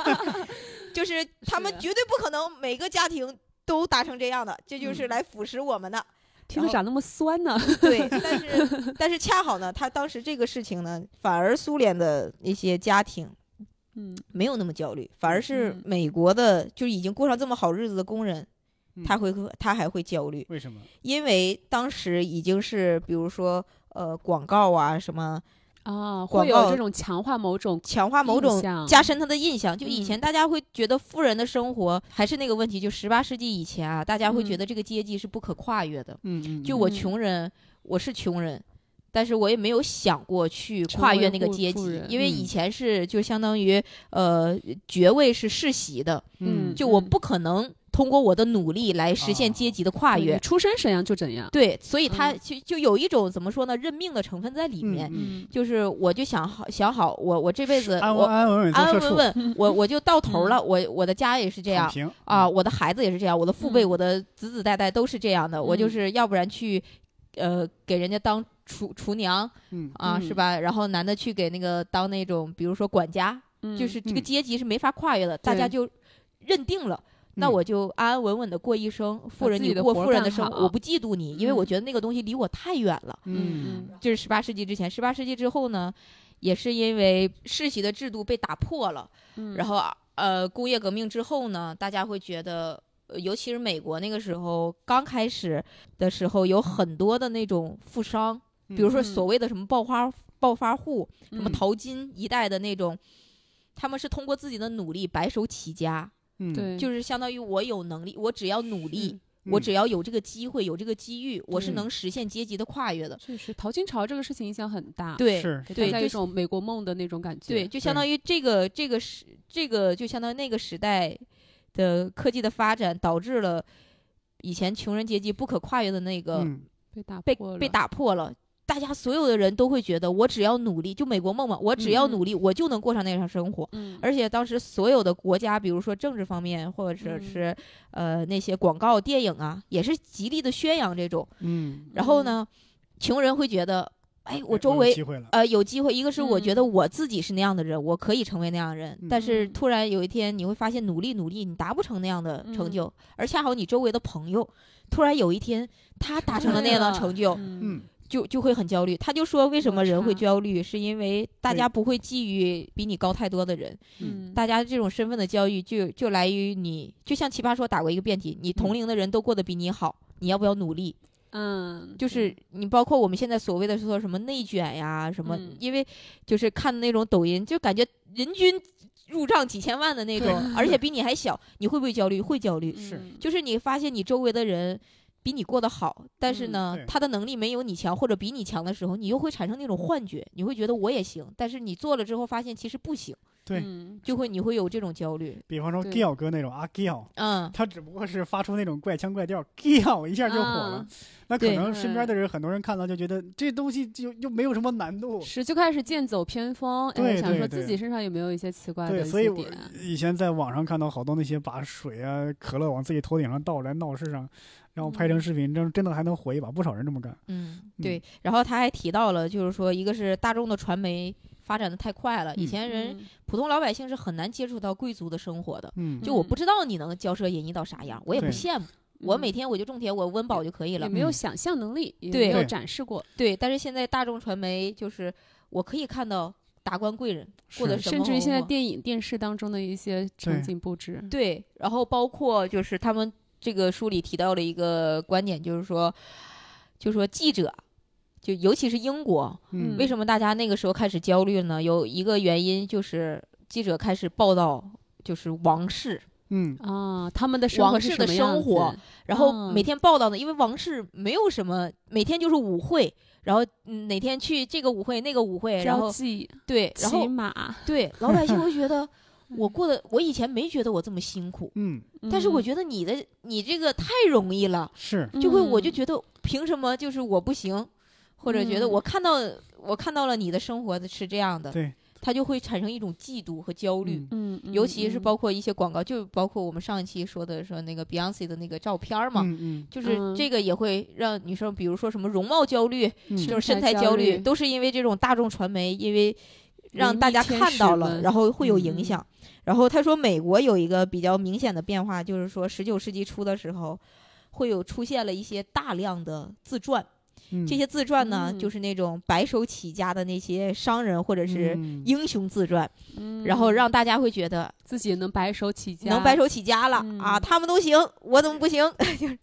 就是他们
是啊
绝对不可能每个家庭都达成这样的，这就是
嗯
来腐蚀我们的。
听着咋那么酸 呢？
对，但是但是恰好呢，他当时这个事情呢，反而苏联的一些家庭
嗯，
没有那么焦虑，反而是
嗯
美国的就是已经过上这么好日子的工人，他
嗯
会他还会焦虑。
嗯为什么？
因为当时已经是比如说呃广告啊什么
啊，
广
会有
告
这种强化某种
强化某种
印象
加深他的印象。就以
嗯
前大家会觉得富人的生活还是那个问题，就十八世纪以前啊，大家会觉
嗯
得这个阶级是不可跨越的。
嗯嗯
就我
嗯
穷人，我是穷人，但是我也没有想过去
成
跨
为
越那个
富
阶
富
级，
人嗯
因为以前是就相当于呃爵位是世袭的，
嗯
就我不可能通过我的努力来实现
啊
阶级的跨
对
越
你。出身怎样就怎样，
对，所以他
嗯
就就有一种怎么说呢，认命的成分在里面。
嗯
就是我就想好想好，我我这辈子
安
我
稳安稳稳做
安安
社
稳
畜，
稳，我我就到头了。我我的家也是这
嗯躺
样
平嗯
啊，，我的孩子也是这样，我的父辈、
嗯
我的子子代代都是这样的。我就
嗯
是要不然去，呃，给人家当厨厨娘
嗯
啊，是
嗯
吧？然后男的去给那个当那种，比如说管家，就是这个
嗯
阶级是没法跨越的，大家就认定了。那
嗯
我就安安稳稳的过一生，富
把
人
自
你
己的
过
活儿
富人
干
的生活，
好
我不嫉妒你，因为我
嗯
觉得那个东西离我太远了。
嗯
嗯
就是十八世纪之前，十八世纪之后呢，也是因为世袭的制度被打破了，
嗯
然后呃，工业革命之后呢，大家会觉得。呃尤其是美国那个时候刚开始的时候，有很多的那种富商，比如说
嗯
所谓的什么暴发暴发户，什么
嗯
淘金一代的那种，他们是通过自己的努力白手起家，
嗯
对，
就是相当于我有能力，我只要努力，
嗯
我只要有这个机会，有这个机遇，我是
对
能实现阶级的跨越的。
确实淘金潮这个事情影响很大，
对，
是
给
对
大家
就
一
是
种美国梦的那种感觉，
对，就相当于这个这个时这个就相当于那个时代的科技的发展，导致了以前穷人阶级不可跨越的那个
嗯
被打
被、
破
被
了，
打破了。大家所有的人都会觉得，我只要努力，就美国梦嘛，我只要
嗯
努力，我就能过上那样生活。
嗯，
而且当时所有的国家，比如说政治方面，或者
嗯
是、呃那些广告、电影啊，也是极力的宣扬这种。
嗯，
然后呢，穷人会觉得，哎，我周
有
围
机会了，
呃，有机会，一个是我觉得
嗯
我自己是那样的人，我可以成为那样的人，但是
嗯
突然有一天你会发现，努力努力，你达不成那样的成
嗯
就，而恰好你周围的朋友，突然有一天他达成了那样的
对
成就，
嗯，
嗯
就就会很焦虑。他就说，为什
落
么人会
差
焦虑，是因为大
对
家不会觊觎比你高太多的人，
嗯
大家这种身份的焦虑就就来于你，就像奇葩说打过一个辩题，你同
嗯
龄的人都过得比你好。你要不要努力？
嗯，
就是你包括我们现在所谓的说什么内卷呀，什么，
嗯
因为就是看那种抖音，就感觉人均入账几千万的那种，而且比你还小，你会不会焦虑？会焦虑。
是
嗯
就是你发现你周围的人比你过得好，但是
嗯
呢，
对
他的能力没有你强或者比你强的时候，你又会产生那种幻觉，你会觉得我也行，但是你做了之后发现其实不行，
对
嗯
就会你会有这种焦虑。
比方说
对
Giao 哥那种啊 Giao，
嗯，
他只不过是发出那种怪腔怪调，Giao 一下就火了
啊。
那可
嗯对嗯
能身边的人很多人看到就觉得这东西就又没有什么难度。
是就开始剑走偏锋，哎，
对
想
对
说
对
自己身上有没有一些奇怪
对，
的一
所以
些
我
点？
以前在网上看到好多那些把水啊、可乐往自己头顶上倒来闹事上，然后拍成视频，真真的还能火一把，不少人这么干。
嗯，
嗯
对。然后他还提到了，就是说，一个是大众的传媒发展的太快了，以
嗯
前人、
嗯
普通老百姓是很难接触到贵族的生活的。
嗯，
就我
嗯
不知道你能骄奢淫逸到啥样，我也不
对
羡慕。我
嗯
每天我就种田，我温饱就可以了
也。没有
嗯
想象能力，也
对
没有
对
展示过，
对，但是现在大众传媒就是我可以看到达官贵人过得
是
什
甚
么
至于
红
现在
火
电影、电视当中的一些场
对
景布置，
对，然后包括就是他们这个书里提到了一个观点，就是说，就说记者，就尤其是英国，
嗯
为什么大家那个时候开始焦虑呢？有一个原因就是记者开始报道就是王室，
嗯
啊，他们的生
王
活是
室
什
的
么样
生活
子，
然
哦
后每天报道呢，因为王室没有什么，每天就是舞会，然后嗯哪天去这个舞会那个舞会，然
交
后
际、
对，然
骑
后
马，
对老百姓会觉得我过得，我以前没觉得我这么辛苦，
嗯，
但是我
嗯
觉得你的你这个太容易了，
是
就会我
嗯
就觉得凭什么就是我不行，或者觉得
嗯
我看到我看到了你的生活是这样的，
对，
他就会产生一种嫉妒和焦虑。
嗯
嗯，
尤其是
嗯
包括一些广告，就包括我们上一期说的说那个 Beyonce 的那个照片儿嘛，
嗯
就是
嗯
这个也会让女生，比如说什么容貌焦虑，
嗯
这
是
种身
材
材
焦
焦
虑
虑，都是因为这种大众传媒，因为让大家
文艺天
看到
使
了，
们
然后会有
嗯
影
嗯
响。然后他说，美国有一个比较明显的变化，就是说十九世纪初的时候，会有出现了一些大量的自传，
嗯
这些自传呢，
嗯
就是那种白手起家的那些商人或者是
嗯
英雄自传，
嗯
然后让大家会觉得
自己能白手起家，
能白手起家了、啊，
嗯
他们都行，我怎么不行？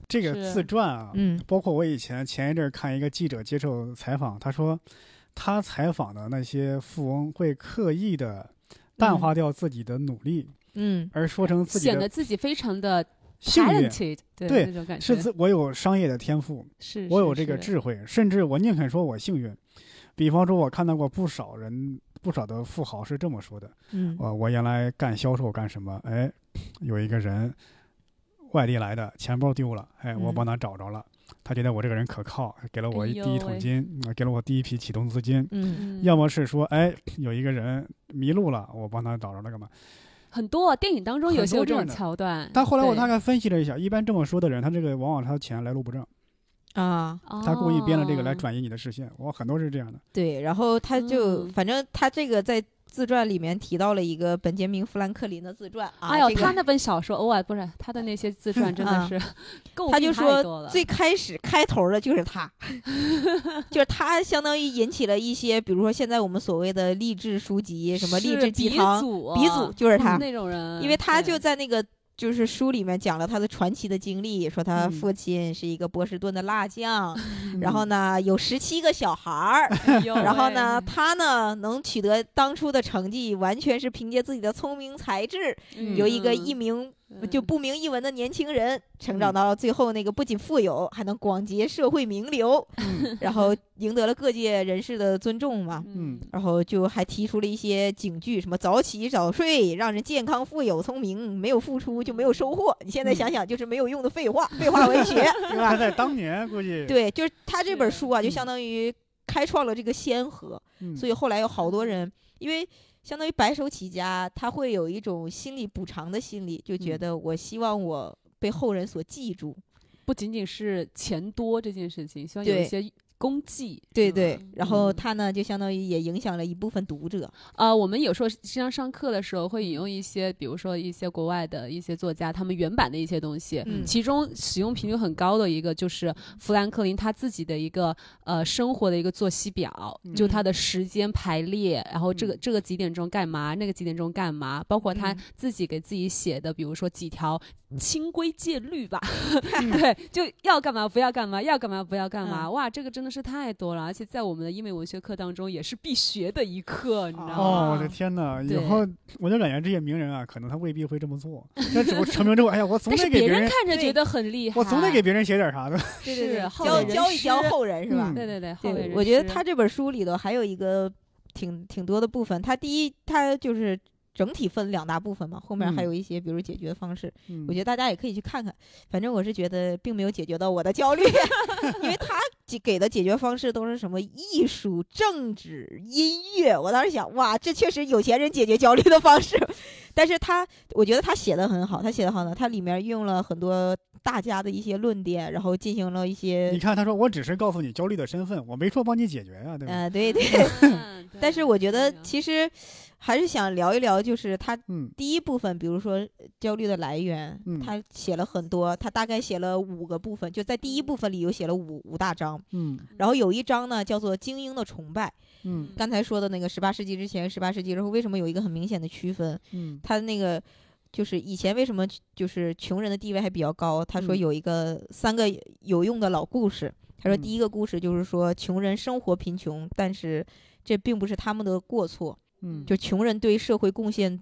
这个
是
自传啊，
嗯
包括我以前前一阵儿看一个记者接受采访，他说他采访的那些富翁会刻意的淡化掉自己的努力，
嗯
而说成自己
嗯显得
的
自己非常的
幸运
talented，对
对
那种感觉
是自我有商业的天赋，
是
我
是
有这个
是
智慧，甚至我宁肯说我幸运。比方说，我看到过不少人、不少的富豪是这么说的：，
嗯
我我原来干销售干什么？哎，有一个人外地来的，钱包丢了，哎，我
嗯
帮他找着了，他觉得我这个人可靠，给了我一
哎呦
第一桶
喂
金，嗯给了我第一批启动资金。
嗯
嗯
要么是说，哎，有一个人迷路了，我帮他找着了干嘛？
嗯
很多电影当中有
很
些
多
有这
这
种
样的
桥段。
但后来我
对
大概分析了一下，一般这么说的人，他这个往往他的钱来路不正，
啊，
他故意编了这个来
哦
转移你的视线。我很多是这样的，
对，然后他就、
嗯
反正他这个在自传里面提到了一个本杰明·富兰克林的自传啊，
哎呦，
这个
他那本小说，哇，不是他的那些自传真的
啊
是够
他就说
最
最开始开头的就是 他，就是他相当于引起了一些，比如说现在我们所谓的励志书籍，什么励志鸡汤，
祖啊嗯
鼻祖就是他，
那种人，
因为他
对
就在那个。就是书里面讲了他的传奇的经历，说他
嗯
父亲是一个波士顿的辣酱，
嗯
然后呢有十七个小孩儿，
哎呦
然后
喂
呢他呢能取得当初的成绩，完全是凭借自己的聪明才智，
嗯
由一个一名
嗯
就不明一文的年轻人，成长到最后那个不仅富有，还能广结社会名 流，然后赢得了各界人士的尊重嘛。
嗯
然后就还提出了一些警句，什么早起早睡，让人健康、富有、聪明，没有付出就没有收获。你
嗯
现在想想，就是没有用的废话，废话文 学， 是
嗯他
吧？
在当年估计，
对，就是他这本书啊，
是
嗯
就相当于开创了这个先河，
嗯
所以后来有好多人，因为相当于白手起家，他会有一种心理补偿的心理，就觉
嗯
得我希望我被后人所记住。
不仅仅是钱多这件事情，希望有一
对
些功绩。
对
嗯
对，然后
嗯
他呢，就相当于也影响了一部分读者。
呃，我们有时候实际上上课的时候会引用一些，比如说一些国外的一些作家他们原版的一些东西，
嗯
其中使用频率很高的一个就是富兰克林他自己的一个呃生活的一个作息表，就
嗯
他的时间排列，然后这个、
嗯
这个几点钟干嘛，那个几点钟干嘛，包括他
嗯
自己给自己写的，比如说几条清规戒 律吧，对，就要干嘛不要干嘛，要干嘛不要干嘛，
嗯
哇，这个真的是太多了，而且在我们的英美文学课当中也是必学的一课，你知道吗？
哦，我
啊
的天哪！以
对
后我就感觉这些名人啊，可能他未必会这么做。他只不过成名之后，哎呀，我总
但是
得给
别
人，
看着
对
觉得很厉害，
我总得给别人写点啥的。
对
是
对对，
后
教
人
教一教
师
后人是吧？
嗯
对对对，后面
对，
人
我觉得
是
他这本书里头还有一个挺挺多的部分。他第一，他就是整体分两大部分嘛，后面还
嗯
有一些比如解决方式，
嗯
我觉得大家也可以去看看。反正我是觉得并没有解决到我的焦虑，因为他给给的解决方式都是什么艺术、政治、音乐。我当时想，哇，这确实有钱人解决焦虑的方式。但是他，我觉得他写的很好，他写的好呢，他里面运用了很多大家的一些论点，然后进行了一些
你看，他说我只是告诉你焦虑的身份，我没说帮你解决呀、对吧？
呃，对对。
嗯对
但是我觉得
对啊
其实还是想聊一聊，就是他
嗯
第一部分，比如说呃焦虑的来源，
嗯
他写了很多，他大概写了五个部分，就在第一部分里有写了五五大章，
嗯
然后有一章呢叫做精英的崇拜，
嗯
刚才说的那个十八世纪之前，十八世纪之后，为什么有一个很明显的区分？
嗯
他那个。就是以前为什么就是穷人的地位还比较高？他说
嗯
有一个三个有用的老故事。他说
嗯
第一个故事就是说穷人生活贫穷，但是这并不是他们的过错，
嗯
就穷人对社会贡献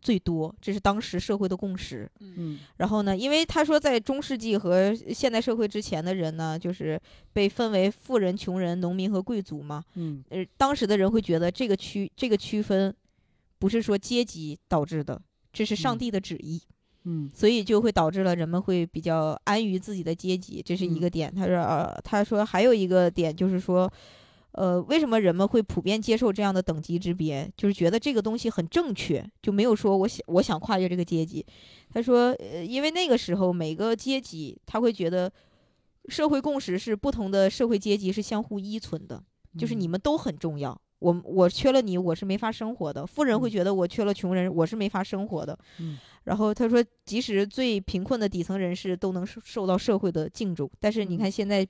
最多，这是当时社会的共识。
嗯
然后呢，因为他说在中世纪和现代社会之前的人呢，就是被分为富人、穷人、农民和贵族嘛。
嗯
呃，当时的人会觉得这个区这个区分不是说阶级导致的，这是上
嗯
帝的旨意。
嗯
所以就会导致了人们会比较安于自己的阶级，这是一个点。他说，呃，他说还有一个点就是说，呃，为什么人们会普遍接受这样的等级之别？就是觉得这个东西很正确，就没有说我想我想跨越这个阶级。他说，呃，因为那个时候每个阶级他会觉得社会共识是不同的社会阶级是相互依存的，就是
嗯
你们都很重要。我我缺了你，我是没法生活的。富人会
嗯
觉得我缺了穷人，我是没法生活的。
嗯
然后他说，即使最贫困的底层人士都能受受到社会的敬重，但是你
嗯
看现在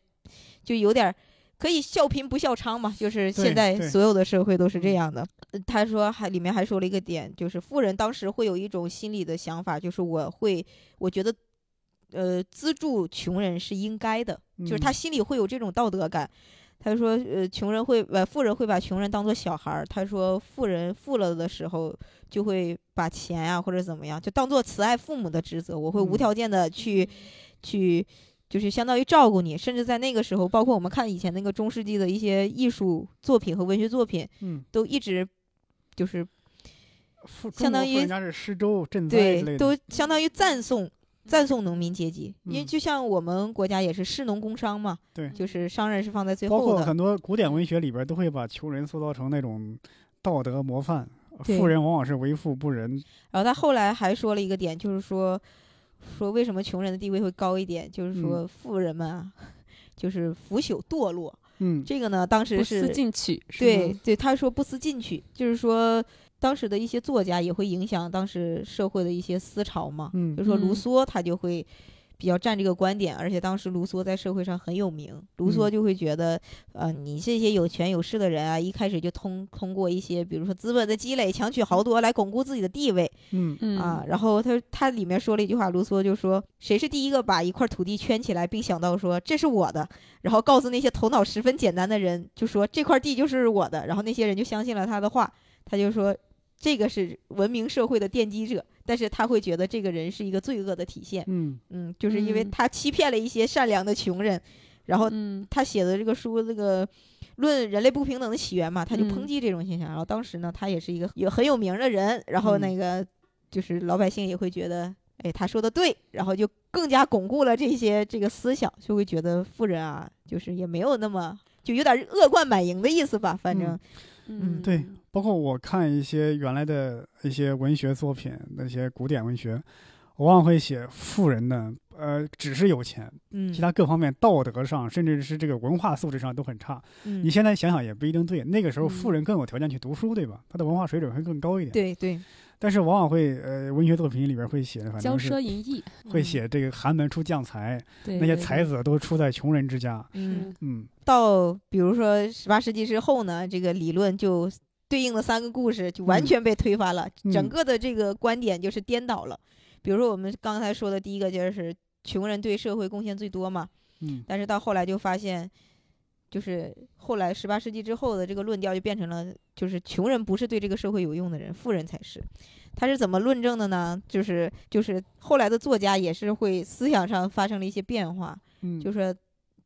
就有点儿可以笑贫不笑娼嘛，就是
对
现在
对
所有的社会都是这
嗯
样的。呃他说还里面还说了一个点，就是富人当时会有一种心理的想法，就是我会我觉得。
嗯
呃，资助穷人是应该的，就是他心里会有这种道德感。他就说，呃，穷人会把富人会把穷人当做小孩儿。他说，富人富了的时候，就会把钱啊或者怎么样，就当做慈爱父母的职责。我会无
嗯
条件的去、去，就是相当于照顾你。甚至在那个时候，包括我们看以前那个中世纪的一些艺术作品和文学作品，
嗯，
都一直就是
富
相当于
人家是施州赈灾之
对，
类的，
都相当于赞颂赞颂农民阶级。因为
嗯
就像我们国家也是士农工商嘛，
对
嗯
就是商人是放在最
包
后
括
的。
很多古典文学里边都会把穷人塑造成那种道德模范，
对
富人往往是为富不仁，
然后他后来还说了一个点，就是说，说为什么穷人的地位会高一点，
嗯
就是说富人们啊，就是腐朽堕落。
嗯，
这个呢，当时
不
是
思进取，是
对
吗，
对，他说不思进取，就是说当时的一些作家也会影响当时社会的一些思潮嘛。
嗯
比如说卢
嗯
梭，他就会比较站这个观点，而且当时卢梭在社会上很有名，卢
嗯
梭就会觉得，呃，你这些有权有势的人啊，一开始就通通过一些，比如说资本的积累、强取豪夺来巩固自己的地位
嗯
嗯
啊。然后他他里面说了一句话，卢梭就说，谁是第一个把一块土地圈起来，并想到说这是我的，然后告诉那些头脑十分简单的人，就说这块地就是我的，然后那些人就相信了他的话，他就说这个是文明社会的奠基者，但是他会觉得这个人是一个罪恶的体现，
嗯
嗯，就是因为
嗯
他欺骗了一些善良的穷人，然后
嗯
他写的这个书那个。论人类不平等的起源嘛，他就抨
嗯
击这种现象。然后当时呢，他也是一个有很有名的人，然后
嗯
那个就是老百姓也会觉得，哎，他说的对，然后就更加巩固了这些这个思想，就会觉得富人啊，就是也没有那么就有点恶贯满盈的意思吧，反正，嗯
对包括我看一些原来的一些文学作品，那些古典文学，往往会写富人呢，呃，只是有钱，
嗯，
其他各方面道德上，甚至是这个文化素质上都很差。
嗯
你现在想想也不一定对，那个时候
嗯
富人更有条件去读书，对吧？他的文化水准会更高一点。
对对，
但是往往会，呃，文学作品里边会写，反
骄
正
奢
是
淫逸，
嗯
会写这个寒门出将才，
对
那些
对
才子都出在穷人之家。
嗯，
嗯
到比如说十八世纪之后呢，这个理论就对应的三个故事就完全被推翻了，
嗯
整个的这个观点就是颠倒了。比如说我们刚才说的第一个就是穷人对社会贡献最多嘛，
嗯
但是到后来就发现，就是后来十八世纪之后的这个论调就变成了，就是穷人不是对这个社会有用的人，富人才是。他是怎么论证的呢？就是就是后来的作家也是会思想上发生了一些变化，
嗯，
就是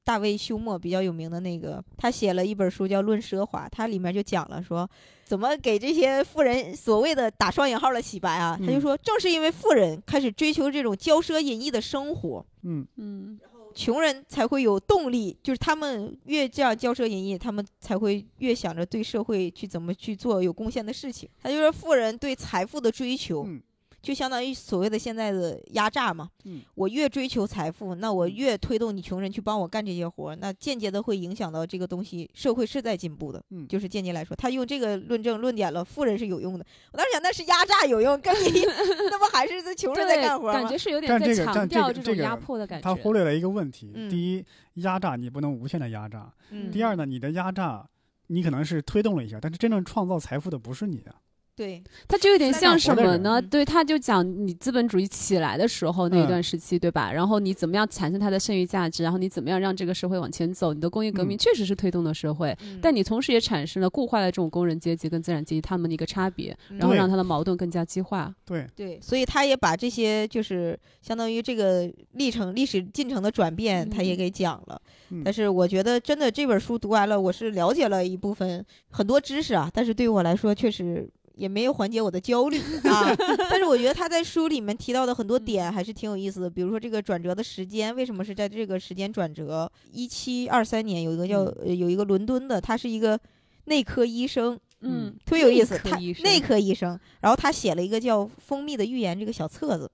大卫休谟比较有名的那个，他写了一本书叫《论奢华》，它里面就讲了说怎么给这些富人所谓的打双引号的洗白啊。他就
嗯
说，正是因为富人开始追求这种骄奢淫逸的生活，
嗯
嗯
穷人才会有动力，就是他们越这样骄奢淫逸，他们才会越想着对社会去怎么去做有贡献的事情。他就说，富人对财富的追求，
嗯
就相当于所谓的现在的压榨嘛。
嗯
我越追求财富，那我越推动你穷人去帮我干这些活儿，那间接的会影响到这个东西，社会是在进步的。
嗯
就是间接来说，他用这个论证论点了，富人是有用的。我当时想，那是压榨有用，跟你 那不还是这穷人在
对
干活儿
感
吗
觉？是有点
但
在
这个
强
但这
调
个
这
这
种
个
压迫的感觉。
他忽略了一个问题：
嗯
第一，压榨你不能无限的压榨；
嗯
第二呢，你的压榨。你可能是推动了一下，但是真正创造财富的不是你啊。
对，
他就有点像什么
活的
呢？
人
对，他就讲你资本主义起来的时候那一
嗯
段时期，对吧？然后你怎么样产生它的剩余价值，然后你怎么样让这个社会往前走？你的工业革命
嗯
确实是推动了社会，
嗯
但你同时也产生了固化了这种工人阶级跟资产阶级他们的一个差别，然后
对
让他的矛盾更加激化。
对，
对，所以他也把这些就是相当于这个历程、历史进程的转变，他也
嗯
给讲了。
嗯
但是我觉得真的这本书读完了，我是了解了一部分很多知识啊，但是对我来说确实。也没有缓解我的焦虑啊，但是我觉得他在书里面提到的很多点还是挺有意思的，比如说这个转折的时间，为什么是在这个时间转折？一七二三年有一个叫、
嗯
呃有一个伦敦的，他是一个内科医生，
嗯
嗯，
特别有意
内
思，
科
他
医生
内科医生，然后他写了一个叫《蜂蜜的预言》这个小册子，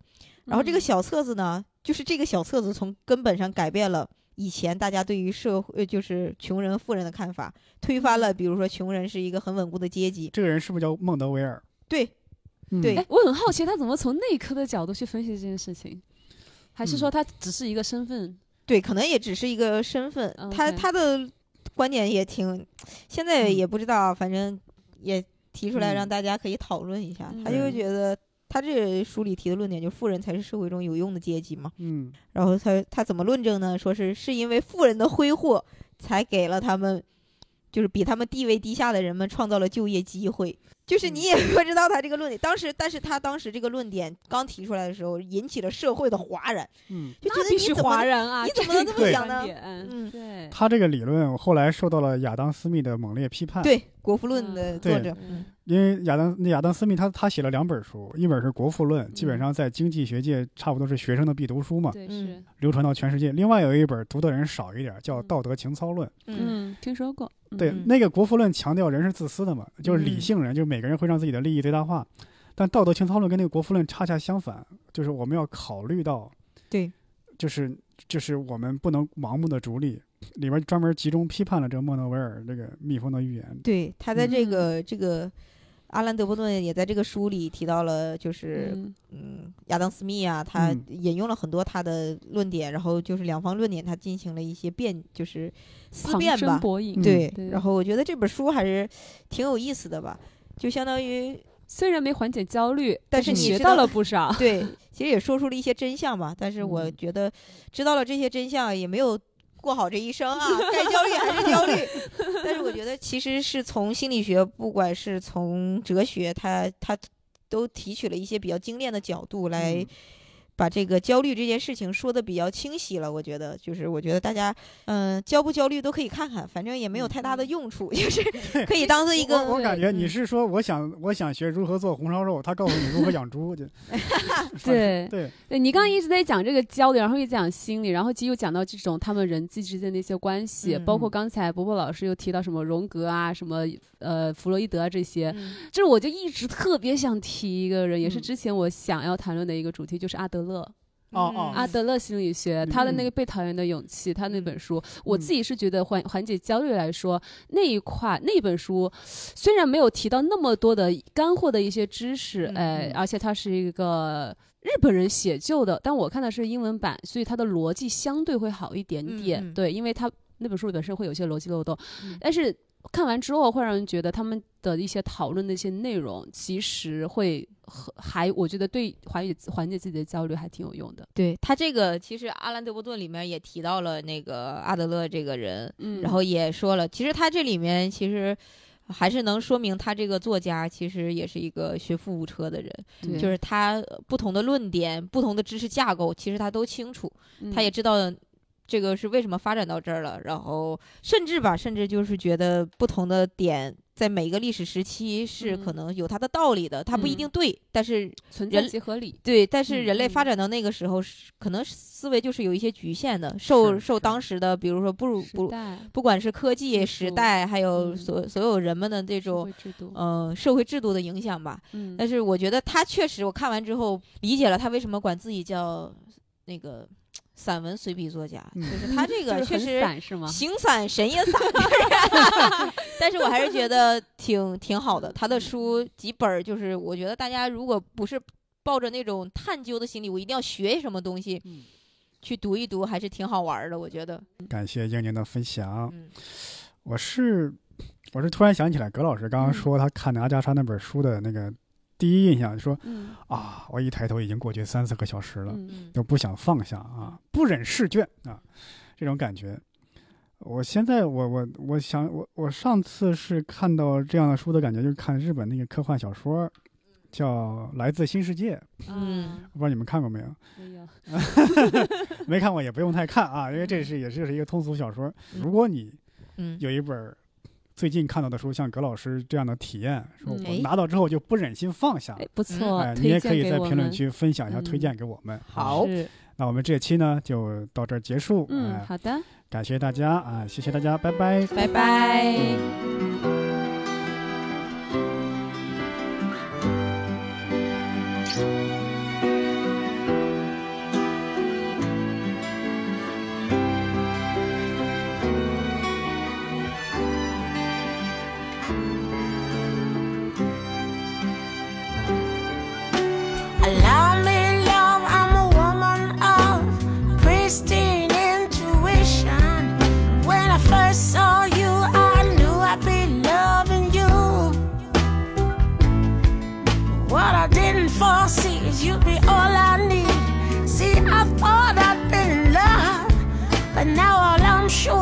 然后
嗯
这个小册子呢，就是这个小册子从根本上改变了以前大家对于社会呃就是穷人富人的看法，推翻
嗯
了比如说穷人是一个很稳固的阶级，
这个人是不是叫孟德维尔？
对
嗯
对
哎，我很好奇他怎么从内科的角度去分析这件事情，还是说
嗯
他只是一个身份？
对，可能也只是一个身份，他
OK
他的观点也挺，现在
嗯
也不知道，反正也提出来让
嗯
大家可以讨论一下，
嗯
他就
对
觉得。他这书里提的论点就是富人才是社会中有用的阶级嘛，
嗯
然后他他怎么论证呢？说是是因为富人的挥霍才给了他们，就是比他们地位低下的人们创造了就业机会。就是
嗯
你也不知道他这个论点，当时，但是他当时这个论点刚提出来的时候，引起了社会的哗然，
嗯，
就觉
那
得
必
你
须
怎
哗
么，
然啊！
你怎么能这么
个
想呢
观点
嗯
对，
他这个理论后来受到了亚当·斯密的猛烈批判。，
对《国富论》的
嗯
作
对
者，
嗯
因为亚当那亚当·斯密他他写了两本书，一本是《国富论》，基本上在经济学界差不多是学生的必读书嘛，
对
嗯
是，
流传到全世界。另外有一本读的人少一点，叫
嗯
《道德情操论》。
嗯，
听说过，
对，
嗯
那个《国富论》强调人是自私的嘛，就是理
嗯
性人，就是每个人会让自己的利益最大化。但《道德情操论》跟那个《国富论》恰恰相反，就是我们要考虑到，
对，
就是就是我们不能盲目的逐利。里边专门集中批判了这个莫诺维尔这个蜜蜂的预言。
对，他在这个、
嗯
这个阿兰·德波顿也在这个书里提到了，就是
嗯
嗯，亚当·斯密啊，他
嗯
引用了很多他的论点，然后就是两方论点，他进行了一些辩，就是思
旁
辨
征
吧。
博引
嗯
对，
对
然后我觉得这本书还是挺有意思的吧，就相当 于
虽然没缓解焦虑，
但
是
是你
学
知
到
道
了不少。
对，其实也说出了一些真相吧。但是我
嗯
觉得知道了这些真相，也没有过好这一生 啊，该焦虑还是焦虑。但是我觉得其实是从心理学，不管是从哲学，它它都提取了一些比较精炼的角度来。
嗯
把这个焦虑这件事情说的比较清晰了，我觉得就是我觉得大家，嗯、焦不焦虑都可以看看，反正也没有太大的用处， 就是可以当做一
嗯我
个
我感觉你
嗯。
是说，我想我想学如何做红烧肉，他告诉你如何养猪 去
对
对，
对你刚刚一直在讲这个焦虑，然后又讲心理，然后其实又讲到这种他们人际之间的一些关系，
嗯
包括刚才波波老师又提到什么荣格啊，什么呃弗洛伊德啊这些，
嗯
这我就一直特别想提一个人，也是
嗯
之前我想要谈论的一个主题，就是阿德勒。
哦
嗯
哦
啊
阿德勒心理学，
嗯
他的那个《被讨厌的勇气》，他那本书，我
嗯
自己是觉得缓缓解焦虑来说，那一块那本书虽然没有提到那么多的干货的一些知识，
嗯
哎
嗯，
而且它是一个。日本人写就的，但我看的是英文版，所以它的逻辑相对会好一点点。
嗯嗯
对，因为它那本书本身会有一些逻辑漏洞，
嗯
但是看完之后会让人觉得他们的一些讨论的一些内容，其实会和还我觉得对缓解缓解自己的焦虑还挺有用的。
对他这个，其实阿兰·德波顿里面也提到了那个阿德勒这个人，
嗯
然后也说了，其实他这里面其实还是能说明他这个作家其实也是一个学富五车的人，
对
就是他呃不同的论点、不同的知识架构，其实他都清楚，
嗯
他也知道。这个是为什么发展到这儿了？然后甚至吧，甚至就是觉得不同的点在每一个历史时期是
嗯
可能有它的道理的，它不一
嗯
定对，但是
存在
人
即合理。
对，但是人类
嗯
发展到那个时候，是可能思维就是有一些局限的，受
是
受
是
当时的，比如说不如不
代
不管是科技
技
时
术
代，还有
嗯
所所有人们的这
社
种
会制度，
呃社会制度的影响吧。
嗯
但是我觉得他确实，我看完之后理解了他为什么管自己叫那个散文随笔作家，
嗯
就是 他这个
就
确
是很
实
散是吗？
形散神也 散， 但是我还是觉得挺挺好的。他的书几本儿，就是我觉得大家如果不是抱着那种探究的心理，我一定要学什么东西
嗯，
去读一读，还是挺好玩儿的。我觉得，
感谢英宁的分享。
嗯
我是我是突然想起来，葛老师刚刚
嗯
说他看的阿加莎那本书的那个第一印象，说
嗯
啊，我一抬头已经过去三四个小时了，
嗯
嗯
都不想放下啊，不忍释卷啊，这种感觉。我现在我我我想我我上次是看到这样的书的感觉，就是看日本那个科幻小说，叫《来自新世界》，
嗯
嗯，
不知道你们看过没有？
没有，
没看过也不用太看啊，因为这是也是一个通俗小说。
嗯
如果你
嗯，
有一本儿最近看到的书，像葛老师这样的体验，说
嗯
我
哎
拿到之后就不忍心放下，
哎，不错
哎，，你
推
也
荐
可以
给
在
我
评论
们。
区分享一下，推
嗯
荐给我们。
好
是
那我们这期呢就到这儿结束，
嗯，
哎
好的，
感谢大家啊、谢谢大家，拜拜。
拜拜。
嗯
A lovely love, I'm a woman of pristine intuition. When I first saw you, I knew I'd be loving you. What I didn't foresee is you'd be all I need. See, I thought I'd been in love, but now all I'm sure